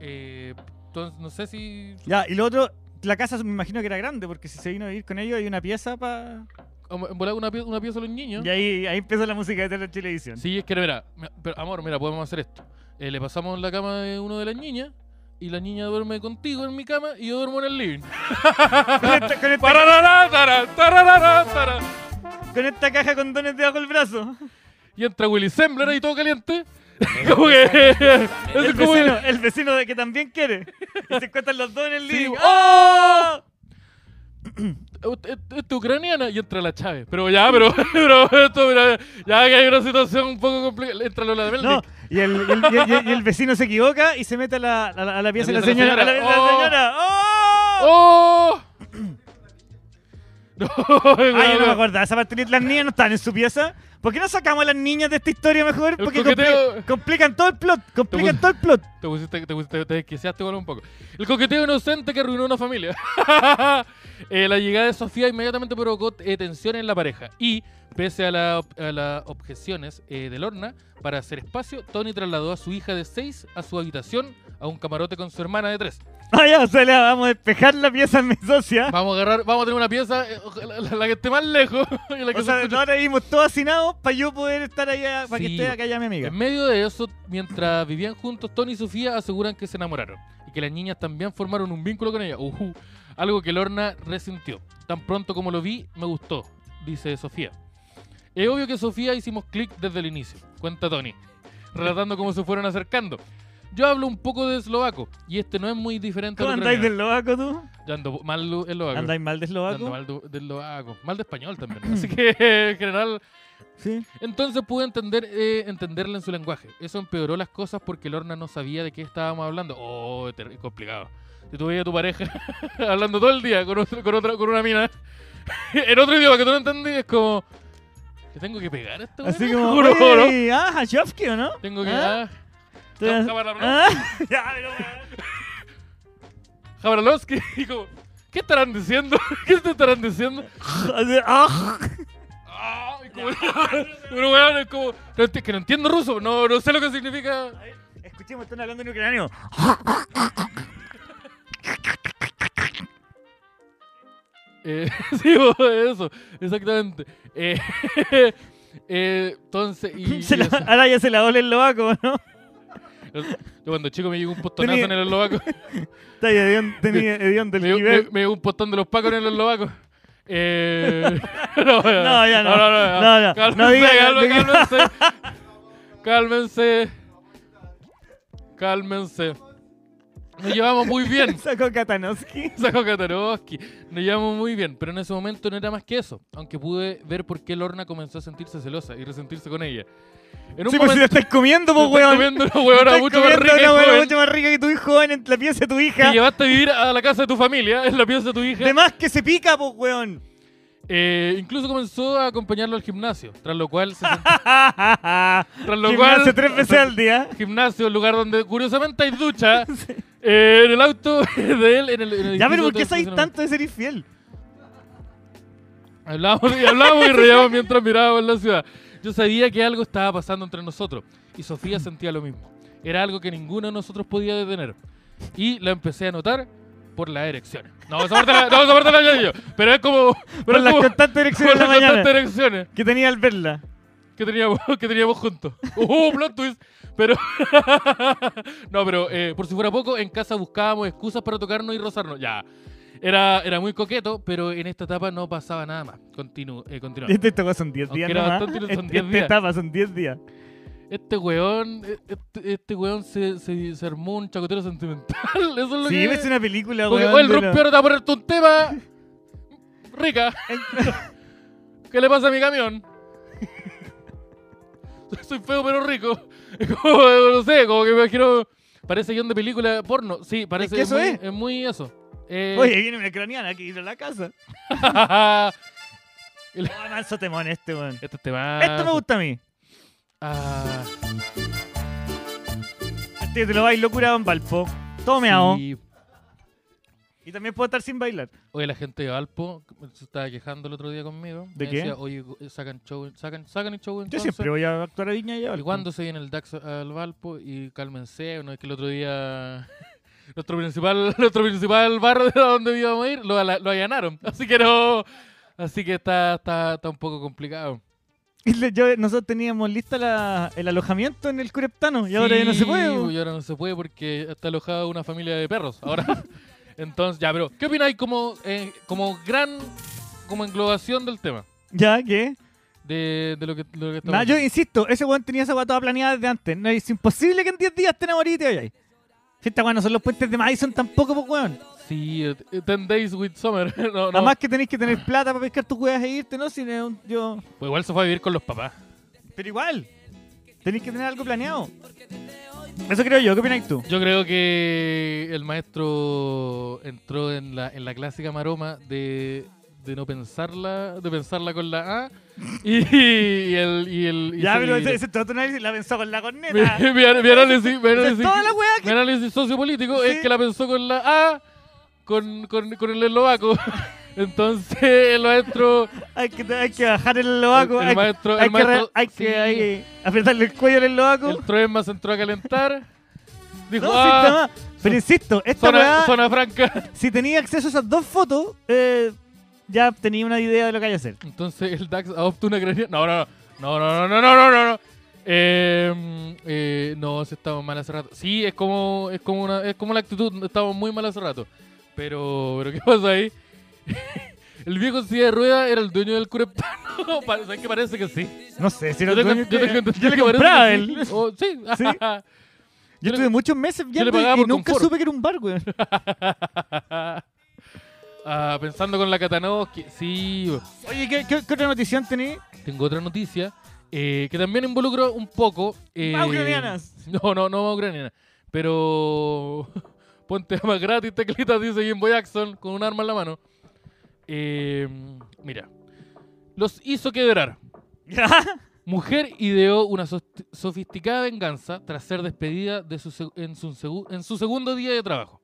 [SPEAKER 2] Eh, entonces, no sé si.
[SPEAKER 1] Ya, y lo otro, la casa me imagino que era grande, porque si se vino a vivir con ellos hay una pieza para...
[SPEAKER 2] como en volar una, pie- una pieza a los niños.
[SPEAKER 1] Y ahí, ahí empezó la música de tele- televisión.
[SPEAKER 2] Sí, es que mira, mira, pero, amor, mira, podemos hacer esto. Eh, le pasamos la cama de uno de las niñas y la niña duerme contigo en mi cama y yo duermo en el living.
[SPEAKER 1] Con, esta, con esta-
[SPEAKER 2] Tararara, tarara, tararara, tarara.
[SPEAKER 1] con esta caja con dones debajo del brazo.
[SPEAKER 2] Y entra Willy Sembler ahí todo caliente.
[SPEAKER 3] Media
[SPEAKER 2] Como que-
[SPEAKER 3] pesadilla, la media
[SPEAKER 2] Es
[SPEAKER 1] El
[SPEAKER 2] como-
[SPEAKER 1] vecino, el vecino de que también quiere. Y se encuentran los dos en el
[SPEAKER 2] Sí,
[SPEAKER 1] living.
[SPEAKER 2] bo-
[SPEAKER 1] ¡Oh!
[SPEAKER 2] Este este ucraniana y entra la Chávez. Pero ya, pero, pero esto, mira, ya que hay una situación un poco complicada. Entra Lola de
[SPEAKER 1] No, y el, y el- y el- y el vecino se equivoca y se mete a la, a la- a la pieza de la señora. A la pieza de la
[SPEAKER 2] Oh.
[SPEAKER 1] señora. ¡Oh!
[SPEAKER 2] ¡Oh! No,
[SPEAKER 1] Ay, yo no me
[SPEAKER 2] weón.
[SPEAKER 1] acordaba. Esa parte, las niñas no están en su pieza. ¿Por qué no sacamos a las niñas de esta historia mejor?
[SPEAKER 2] El
[SPEAKER 1] Porque
[SPEAKER 2] coqueteo.
[SPEAKER 1] compli- complican todo el plot. Complican
[SPEAKER 2] Te
[SPEAKER 1] todo el plot.
[SPEAKER 2] Te pusiste, te pusiste, te desquiciaste igual un poco. El coqueteo inocente que arruinó una familia. Eh, la llegada de Sofía inmediatamente provocó eh, tensión en la pareja. Y, pese a, la ob- a las objeciones eh, de Lorna, para hacer espacio, Tony trasladó a su hija de 6 a su habitación, a un camarote con su hermana de 3.
[SPEAKER 1] Ah, ya, o sea, le vamos a despejar la pieza a mi socia.
[SPEAKER 2] Vamos a agarrar, vamos a tener una pieza, eh, ojalá- la, la que esté más lejos. y la que
[SPEAKER 1] O
[SPEAKER 2] se
[SPEAKER 1] sea,
[SPEAKER 2] escuche.
[SPEAKER 1] ahora vivimos todos hacinados para yo poder estar allá, para que
[SPEAKER 2] Sí.
[SPEAKER 1] esté acá ya mi amiga.
[SPEAKER 2] En medio de eso, mientras vivían juntos, Tony y Sofía aseguran que se enamoraron y que las niñas también formaron un vínculo con ella. Ujú. Algo que Lorna resintió. Tan pronto como lo vi, me gustó, dice Sofía. Es obvio que Sofía hicimos clic desde el inicio, cuenta Tony, relatando cómo se fueron acercando. Yo hablo un poco de eslovaco y este no es muy diferente
[SPEAKER 1] ¿Cómo
[SPEAKER 2] al
[SPEAKER 1] andáis de
[SPEAKER 2] ucraniano.
[SPEAKER 1] eslovaco tú?
[SPEAKER 2] Yo ando mal eslovaco.
[SPEAKER 1] ¿Andáis mal de
[SPEAKER 2] Yo
[SPEAKER 1] eslovaco?
[SPEAKER 2] ando mal de de eslovaco. Mal de español también. Así que, en general,
[SPEAKER 1] Sí.
[SPEAKER 2] entonces pude entender, eh, entenderla en su lenguaje. Eso empeoró las cosas porque Lorna no sabía de qué estábamos hablando. Oh, ter- complicado. Si tú veías a tu pareja hablando todo el día con, otro- con, otra, con una mina en otro idioma que tú no entendí, es como. ¿Le tengo que pegar a esta
[SPEAKER 1] Así
[SPEAKER 2] buena?
[SPEAKER 1] como,
[SPEAKER 2] Juro, juro.
[SPEAKER 1] "Oye, ah, Hachovsky, ¿o no?
[SPEAKER 2] Tengo que.
[SPEAKER 1] ¿Ah?
[SPEAKER 2] Ah,
[SPEAKER 1] Tú eres-
[SPEAKER 2] No, cabrón, no.
[SPEAKER 1] Ah, ya, pero, weón.
[SPEAKER 2] Jabralowski. Y como, ¿qué estarán diciendo? ¿Qué te estarán diciendo?
[SPEAKER 1] Así, ah.
[SPEAKER 2] Ah, y como- Pero weón, es como. "No enti- Que no entiendo ruso. No, no sé lo que significa.
[SPEAKER 1] Escuchemos, están hablando en ucraniano.
[SPEAKER 2] Eh, sí, bo, eso, exactamente. Eh, eh, entonces, y,
[SPEAKER 1] Se
[SPEAKER 2] y
[SPEAKER 1] la-
[SPEAKER 2] eso.
[SPEAKER 1] ahora ya se la doble el eslovaco, ¿no?
[SPEAKER 2] yo cuando chico me llegó un postonazo
[SPEAKER 1] Tenía-
[SPEAKER 2] en el eslovaco.
[SPEAKER 1] Está ahí, hediondo- tenía hediondo el
[SPEAKER 2] Me, llegó-
[SPEAKER 1] nivel.
[SPEAKER 2] me- me llegó un postón de los pacos en el eslovaco. Eh, no,
[SPEAKER 1] No, ya no.
[SPEAKER 2] No,
[SPEAKER 1] No, no.
[SPEAKER 2] Cálmense,
[SPEAKER 1] No diga-
[SPEAKER 2] cálmense,
[SPEAKER 1] diga-
[SPEAKER 2] cálmense. Cálmense. Cálmense. Nos llevamos muy bien.
[SPEAKER 1] Sacó Katanowski.
[SPEAKER 2] Sacó Katarowski. Nos llevamos muy bien, pero en ese momento no era más que eso. Aunque pude ver por qué Lorna comenzó a sentirse celosa y resentirse con ella. En un
[SPEAKER 1] Sí, pues si lo
[SPEAKER 2] momento.
[SPEAKER 1] estás comiendo, pues,
[SPEAKER 2] estás
[SPEAKER 1] weón.
[SPEAKER 2] comiendo una huevona
[SPEAKER 1] Estás
[SPEAKER 2] mucho más
[SPEAKER 1] comiendo
[SPEAKER 2] rica y
[SPEAKER 1] una huevona
[SPEAKER 2] joven
[SPEAKER 1] mucho más rica que tu hijo joven en la pieza de tu
[SPEAKER 2] que
[SPEAKER 1] hija.
[SPEAKER 2] llevaste a vivir a la casa de tu familia, en la pieza de tu hija.
[SPEAKER 1] De más que se pica, pues, weón.
[SPEAKER 2] Eh, incluso comenzó a acompañarlo al gimnasio, tras lo cual se sent- tras lo
[SPEAKER 1] Gimnasio
[SPEAKER 2] cual-
[SPEAKER 1] tres veces al día.
[SPEAKER 2] Gimnasio, lugar donde curiosamente hay ducha. eh, en el auto de él, en el, en el
[SPEAKER 1] Ya, pero
[SPEAKER 2] edificio
[SPEAKER 1] ¿por qué
[SPEAKER 2] de
[SPEAKER 1] sabéis
[SPEAKER 2] funcionamiento.
[SPEAKER 1] tanto de ser infiel?
[SPEAKER 2] Hablábamos y hablábamos y reíamos mientras mirábamos la ciudad. Yo sabía que algo estaba pasando entre nosotros y Sofía sentía lo mismo. Era algo que ninguno de nosotros podía detener. Y lo empecé a notar por las erecciones. No, esa parte la, no, esa parte la había yo. Pero es como... Pero
[SPEAKER 1] Por
[SPEAKER 2] es
[SPEAKER 1] las
[SPEAKER 2] como-
[SPEAKER 1] constantes
[SPEAKER 2] por
[SPEAKER 1] direcciones de la
[SPEAKER 2] las
[SPEAKER 1] mañana
[SPEAKER 2] constantes erecciones.
[SPEAKER 1] que tenía al verla.
[SPEAKER 2] que teníamos, que teníamos juntos. ¡Uh, plot twist! Pero. no, pero eh, por si fuera poco, en casa buscábamos excusas para tocarnos y rozarnos. Ya. Era, era muy coqueto, pero en esta etapa no pasaba nada más. Continu, eh, continuamos.
[SPEAKER 1] Este toca son 10
[SPEAKER 2] Aunque
[SPEAKER 1] días,
[SPEAKER 2] era
[SPEAKER 1] nomás.
[SPEAKER 2] bastante, son
[SPEAKER 1] Este-
[SPEAKER 2] 10 días.
[SPEAKER 1] Esta etapa son 10 días.
[SPEAKER 2] Este weón, eh, este, este weón se, se, se armó un chacotero sentimental. Eso es lo
[SPEAKER 1] Sí,
[SPEAKER 2] que.
[SPEAKER 1] ves una película,
[SPEAKER 2] Porque,
[SPEAKER 1] weón.
[SPEAKER 2] weón, el
[SPEAKER 1] de la-
[SPEAKER 2] rompeón te va a ponerte un tema. Rica. ¿Qué le pasa a mi camión? Soy feo pero rico. Como, no sé, como que me imagino. Parece guión de película porno. Sí, parece.
[SPEAKER 1] que eso
[SPEAKER 2] muy,
[SPEAKER 1] es.
[SPEAKER 2] muy eso. Eh,
[SPEAKER 1] Oye, viene una ucraniana que ir a la casa. Ah, manso temón este, weón.
[SPEAKER 2] este tema.
[SPEAKER 1] Esto me gusta a mí.
[SPEAKER 2] Ah,
[SPEAKER 1] Este te lo bailo curado en Valpo. Todo meao.
[SPEAKER 2] sí.
[SPEAKER 1] Y también puedo estar sin bailar.
[SPEAKER 2] Oye, la gente de Valpo se estaba quejando el otro día conmigo.
[SPEAKER 1] ¿De
[SPEAKER 2] Me
[SPEAKER 1] qué?
[SPEAKER 2] Decía, Oye, eh, sacan show, sacan, sacan el show
[SPEAKER 1] Yo
[SPEAKER 2] entonces.
[SPEAKER 1] siempre voy a actuar a Viña y a
[SPEAKER 2] ¿Y
[SPEAKER 1] Valpo.
[SPEAKER 2] cuándo se viene el DAX al Valpo? Y cálmense, no es que el otro día nuestro principal, nuestro principal bar de donde íbamos a ir lo, ala- lo allanaron. Así que no. Así que está, está, está un poco complicado.
[SPEAKER 1] Y le- yo- nosotros teníamos lista la- el alojamiento en el Cureptano y ahora ya no se puede.
[SPEAKER 2] Sí,
[SPEAKER 1] weón.
[SPEAKER 2] Y ahora no se puede porque está alojada una familia de perros. Ahora. Entonces, ya, pero, ¿qué opináis como, eh, como gran como englobación del tema?
[SPEAKER 1] ¿Ya qué?
[SPEAKER 2] De, de lo que, de lo que estamos
[SPEAKER 1] Nah, yo
[SPEAKER 2] hablando?
[SPEAKER 1] insisto, ese weón tenía esa weá toda planeada desde antes. No, es imposible que en 10 días estén amoritos y te vayas. Si esta weá no son los puentes de Madison tampoco, pues weón.
[SPEAKER 2] Sí, eh, Ten Days with Summer. No,
[SPEAKER 1] Nada
[SPEAKER 2] no.
[SPEAKER 1] más que tenéis que tener plata para pescar tus weas e irte, ¿no? Si no, es un- yo...
[SPEAKER 2] Pues igual se fue a vivir con los papás.
[SPEAKER 1] Pero igual, tenéis que tener algo planeado. Eso creo yo, ¿qué opinas tú?
[SPEAKER 2] Yo creo que el maestro entró en la, en la clásica maroma de, de no pensarla, de pensarla con la A. Y, y el. Y el y
[SPEAKER 1] ya,
[SPEAKER 2] se-
[SPEAKER 1] pero ese, ese todo tu análisis la pensó con la
[SPEAKER 2] mi,
[SPEAKER 1] corneta.
[SPEAKER 2] mi an- mi análisis, mi
[SPEAKER 1] Esa es
[SPEAKER 2] análisis,
[SPEAKER 1] toda la weá
[SPEAKER 2] mi
[SPEAKER 1] que...
[SPEAKER 2] análisis sociopolítico
[SPEAKER 1] Sí.
[SPEAKER 2] es que la pensó con la A, con, con, con el eslovaco. Entonces el maestro.
[SPEAKER 1] Hay que, hay que bajar el loaco.
[SPEAKER 2] El- el
[SPEAKER 1] hay, que-
[SPEAKER 2] maestro- el
[SPEAKER 1] hay que, re-
[SPEAKER 2] maestro-
[SPEAKER 1] hay que
[SPEAKER 2] sí.
[SPEAKER 1] hay que apretarle el cuello al loaco.
[SPEAKER 2] El Troesma se entró a calentar. Dijo,
[SPEAKER 1] No, sí, está
[SPEAKER 2] ah,
[SPEAKER 1] mal. Pero insisto, esta
[SPEAKER 2] zona,
[SPEAKER 1] weá,
[SPEAKER 2] zona franca.
[SPEAKER 1] si tenía acceso a esas dos fotos, eh, ya tenía una idea de lo que hay que hacer.
[SPEAKER 2] Entonces el DAX adopta una creencia. No, no, no, no, no, no, no, no, no, no. Eh, eh, no, sí, estamos mal hace rato. Sí, es como, es como una, es como la actitud, estamos muy mal hace rato. Pero, pero ¿qué pasa ahí? el viejo en silla de rueda era el dueño del cureptano. Pa- ¿Sabes que parece que sí?
[SPEAKER 1] No sé, si era
[SPEAKER 2] Yo tengo-
[SPEAKER 1] dueño
[SPEAKER 2] yo tengo
[SPEAKER 1] que-
[SPEAKER 2] entendido
[SPEAKER 1] yo le
[SPEAKER 2] que parece
[SPEAKER 1] compraba
[SPEAKER 2] que
[SPEAKER 1] él.
[SPEAKER 2] sí. O- sí.
[SPEAKER 1] Sí. Yo
[SPEAKER 2] yo le-
[SPEAKER 1] estuve muchos meses
[SPEAKER 2] le
[SPEAKER 1] viendo
[SPEAKER 2] pagaba
[SPEAKER 1] y
[SPEAKER 2] por
[SPEAKER 1] nunca
[SPEAKER 2] confort.
[SPEAKER 1] supe que era un bar, weón.
[SPEAKER 2] Ah, pensando con la Katanoski. Sí, bo.
[SPEAKER 1] Oye, ¿qué, qué, qué otra notición tenés?
[SPEAKER 2] tengo otra noticia eh, que también involucra un poco. Eh,
[SPEAKER 1] Ah, ucranianas.
[SPEAKER 2] No, no, no va ucraniana. Pero ponte más gratis, teclitas, dice Jimbo Jackson, con un arma en la mano. Eh, mira, los hizo quebrar.
[SPEAKER 1] ¿Ya?
[SPEAKER 2] Mujer ideó una sost- sofisticada venganza tras ser despedida de su seg- en, su segu- en su segundo día de trabajo.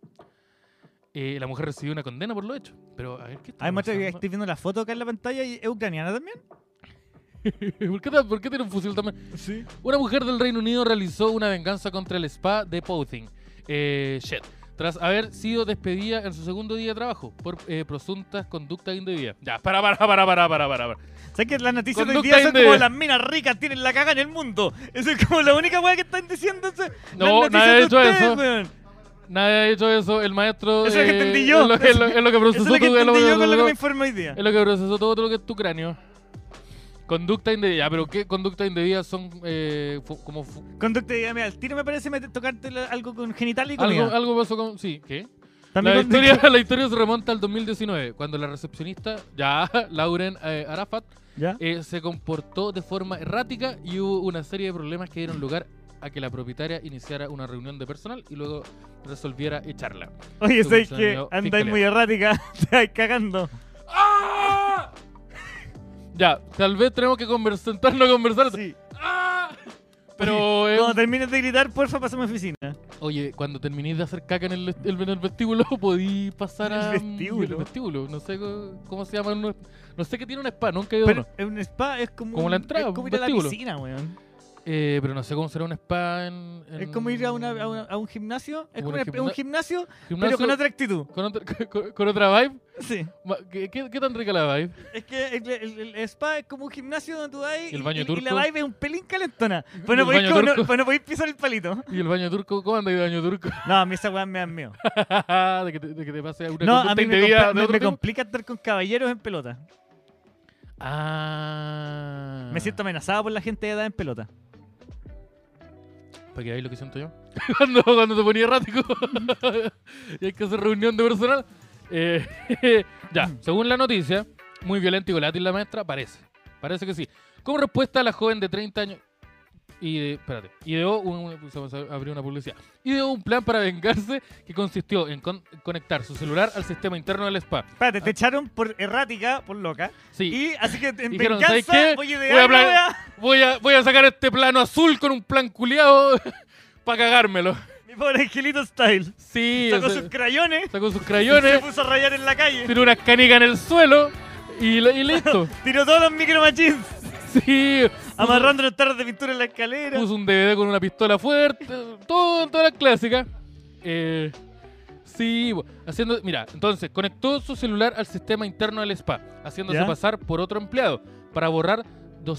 [SPEAKER 2] Eh, la mujer recibió una condena por lo hecho. Pero a ver qué está
[SPEAKER 1] Ay, maestro, que
[SPEAKER 2] pasando?
[SPEAKER 1] estoy viendo la foto acá en la pantalla y es ucraniana también.
[SPEAKER 2] ¿Por qué, ta- ¿Por qué tiene un fusil también?
[SPEAKER 1] Sí.
[SPEAKER 2] Una mujer del Reino Unido realizó una venganza contra el spa de Pouting, eh, Shed, tras haber sido despedida en su segundo día de trabajo por eh, presuntas conductas indebidas. Ya, para, para, para, para, para, para. para.
[SPEAKER 1] ¿Sabes que las noticias de hoy
[SPEAKER 2] Conducta
[SPEAKER 1] día son
[SPEAKER 2] indebida.
[SPEAKER 1] como las minas ricas tienen la caga en el mundo? Esa es como la única weá que están diciendo. eso-
[SPEAKER 2] No,
[SPEAKER 1] las noticias
[SPEAKER 2] nadie ha
[SPEAKER 1] de
[SPEAKER 2] dicho
[SPEAKER 1] ustedes,
[SPEAKER 2] eso.
[SPEAKER 1] weón.
[SPEAKER 2] Nadie ha hecho eso, el maestro.
[SPEAKER 1] Eso es lo que
[SPEAKER 2] eh,
[SPEAKER 1] entendí yo.
[SPEAKER 2] Es lo, es lo- es lo que
[SPEAKER 1] Eso
[SPEAKER 2] procesó
[SPEAKER 1] es lo que
[SPEAKER 2] tu- es lo
[SPEAKER 1] entendí
[SPEAKER 2] que
[SPEAKER 1] yo con lo que
[SPEAKER 2] procesó-
[SPEAKER 1] me informé hoy día.
[SPEAKER 2] es lo que procesó todo lo que es tu cráneo. Conducta indebida, Ya, pero ¿qué conductas indebidas son eh, fu- como fu-
[SPEAKER 1] Conducta de mira, al tiro me parece meter- tocarte la- algo con genital y comida.
[SPEAKER 2] algo, algo pasó con. Sí, ¿qué?
[SPEAKER 1] También
[SPEAKER 2] La
[SPEAKER 1] con-
[SPEAKER 2] historia, la historia se remonta al 2019, cuando la recepcionista, ya, Lauren eh, Arafat,
[SPEAKER 1] ¿Ya?
[SPEAKER 2] eh, se comportó de forma errática y hubo una serie de problemas que dieron lugar a que la propietaria iniciara una reunión de personal y luego resolviera echarla.
[SPEAKER 1] Oye,
[SPEAKER 2] tu
[SPEAKER 1] sabes que
[SPEAKER 2] funcionario
[SPEAKER 1] andáis
[SPEAKER 2] fiscalía.
[SPEAKER 1] muy errática, te vais cagando.
[SPEAKER 2] Ya, tal vez tenemos que conversar, sentarnos a conversar.
[SPEAKER 1] Sí.
[SPEAKER 2] ¡Ah! Pero, eh,
[SPEAKER 1] Cuando termines de gritar, porfa, pasa a mi oficina.
[SPEAKER 2] oye, cuando terminéis de hacer caca en el, el- en el vestíbulo, podí pasar
[SPEAKER 1] ¿En el
[SPEAKER 2] a... mm,
[SPEAKER 1] vestíbulo?
[SPEAKER 2] el vestíbulo, no sé co- cómo se llama. No, no sé qué tiene un spa, nunca he ido a
[SPEAKER 1] Pero
[SPEAKER 2] uno.
[SPEAKER 1] en un spa es como,
[SPEAKER 2] Como la
[SPEAKER 1] un-
[SPEAKER 2] entrada,
[SPEAKER 1] es como
[SPEAKER 2] un
[SPEAKER 1] ir a la
[SPEAKER 2] vestíbulo.
[SPEAKER 1] piscina, weón.
[SPEAKER 2] Eh, pero no sé cómo será un spa en...
[SPEAKER 1] Es
[SPEAKER 2] en-
[SPEAKER 1] como ir a, una- a una- a un gimnasio, es
[SPEAKER 2] Como
[SPEAKER 1] como
[SPEAKER 2] en el
[SPEAKER 1] una- un
[SPEAKER 2] gimna-
[SPEAKER 1] gimnasio, pero
[SPEAKER 2] gimnasio
[SPEAKER 1] con otra actitud.
[SPEAKER 2] con otra, con- con otra vibe.
[SPEAKER 1] Sí.
[SPEAKER 2] Ma- ¿Qué, qué, qué tan rica la vibe?
[SPEAKER 1] Es que el, el- el- el spa es como un gimnasio donde tú vas y,
[SPEAKER 2] ¿Y el baño
[SPEAKER 1] y- y la
[SPEAKER 2] turco?
[SPEAKER 1] vibe es un pelín calentona.
[SPEAKER 2] ¿Y
[SPEAKER 1] Pues no
[SPEAKER 2] el
[SPEAKER 1] podéis
[SPEAKER 2] baño
[SPEAKER 1] como no-
[SPEAKER 2] turco?
[SPEAKER 1] pues no podéis pisar el palito.
[SPEAKER 2] ¿Y el baño turco? ¿Cómo anda el baño turco?
[SPEAKER 1] No, a mí esa weá me da miedo.
[SPEAKER 2] de, que te, de que te pase una
[SPEAKER 1] No,
[SPEAKER 2] conducta
[SPEAKER 1] a mí me,
[SPEAKER 2] indebida
[SPEAKER 1] compl-
[SPEAKER 2] de
[SPEAKER 1] me-
[SPEAKER 2] otro
[SPEAKER 1] me
[SPEAKER 2] tipo.
[SPEAKER 1] complica estar con caballeros en pelota.
[SPEAKER 2] Ah.
[SPEAKER 1] Me siento amenazado por la gente de edad en pelota.
[SPEAKER 2] Para que veáis lo que siento yo. cuando, cuando te ponía errático. y hay que hacer reunión de personal. Eh, ya, según la noticia, muy violenta y volátil la maestra, parece. Parece que sí. Como respuesta a la joven de 30 años. Y de, espérate, ideó un, un- se me abrió una publicidad. Ideó un plan para vengarse que consistió en con- conectar su celular al sistema interno del spa.
[SPEAKER 1] Espérate, te echaron por errática, por loca.
[SPEAKER 2] Sí.
[SPEAKER 1] Y así que en
[SPEAKER 2] Dijeron, ¿sabes
[SPEAKER 1] venganza
[SPEAKER 2] qué?
[SPEAKER 1] voy a
[SPEAKER 2] Voy a
[SPEAKER 1] idear
[SPEAKER 2] hablar-
[SPEAKER 1] una weá.
[SPEAKER 2] Voy a, voy a sacar este plano azul con un plan culiado para cagármelo.
[SPEAKER 1] Mi pobre angelito style.
[SPEAKER 2] Sí,
[SPEAKER 1] Sacó
[SPEAKER 2] ese-
[SPEAKER 1] sus crayones,
[SPEAKER 2] sacó sus
[SPEAKER 1] se
[SPEAKER 2] crayones.
[SPEAKER 1] puso a rayar en la calle,
[SPEAKER 2] tiró unas canicas en el suelo y, lo- y listo.
[SPEAKER 1] tiró todos los micromachines,
[SPEAKER 2] Sí,
[SPEAKER 1] amarrando los tarros de pintura en la escalera.
[SPEAKER 2] puso un DVD con una pistola fuerte, todo, toda la clásica. Eh, sí, bo- haciendo, mira, entonces conectó su celular al sistema interno del spa, haciéndose
[SPEAKER 1] ¿Ya?
[SPEAKER 2] pasar por otro empleado para borrar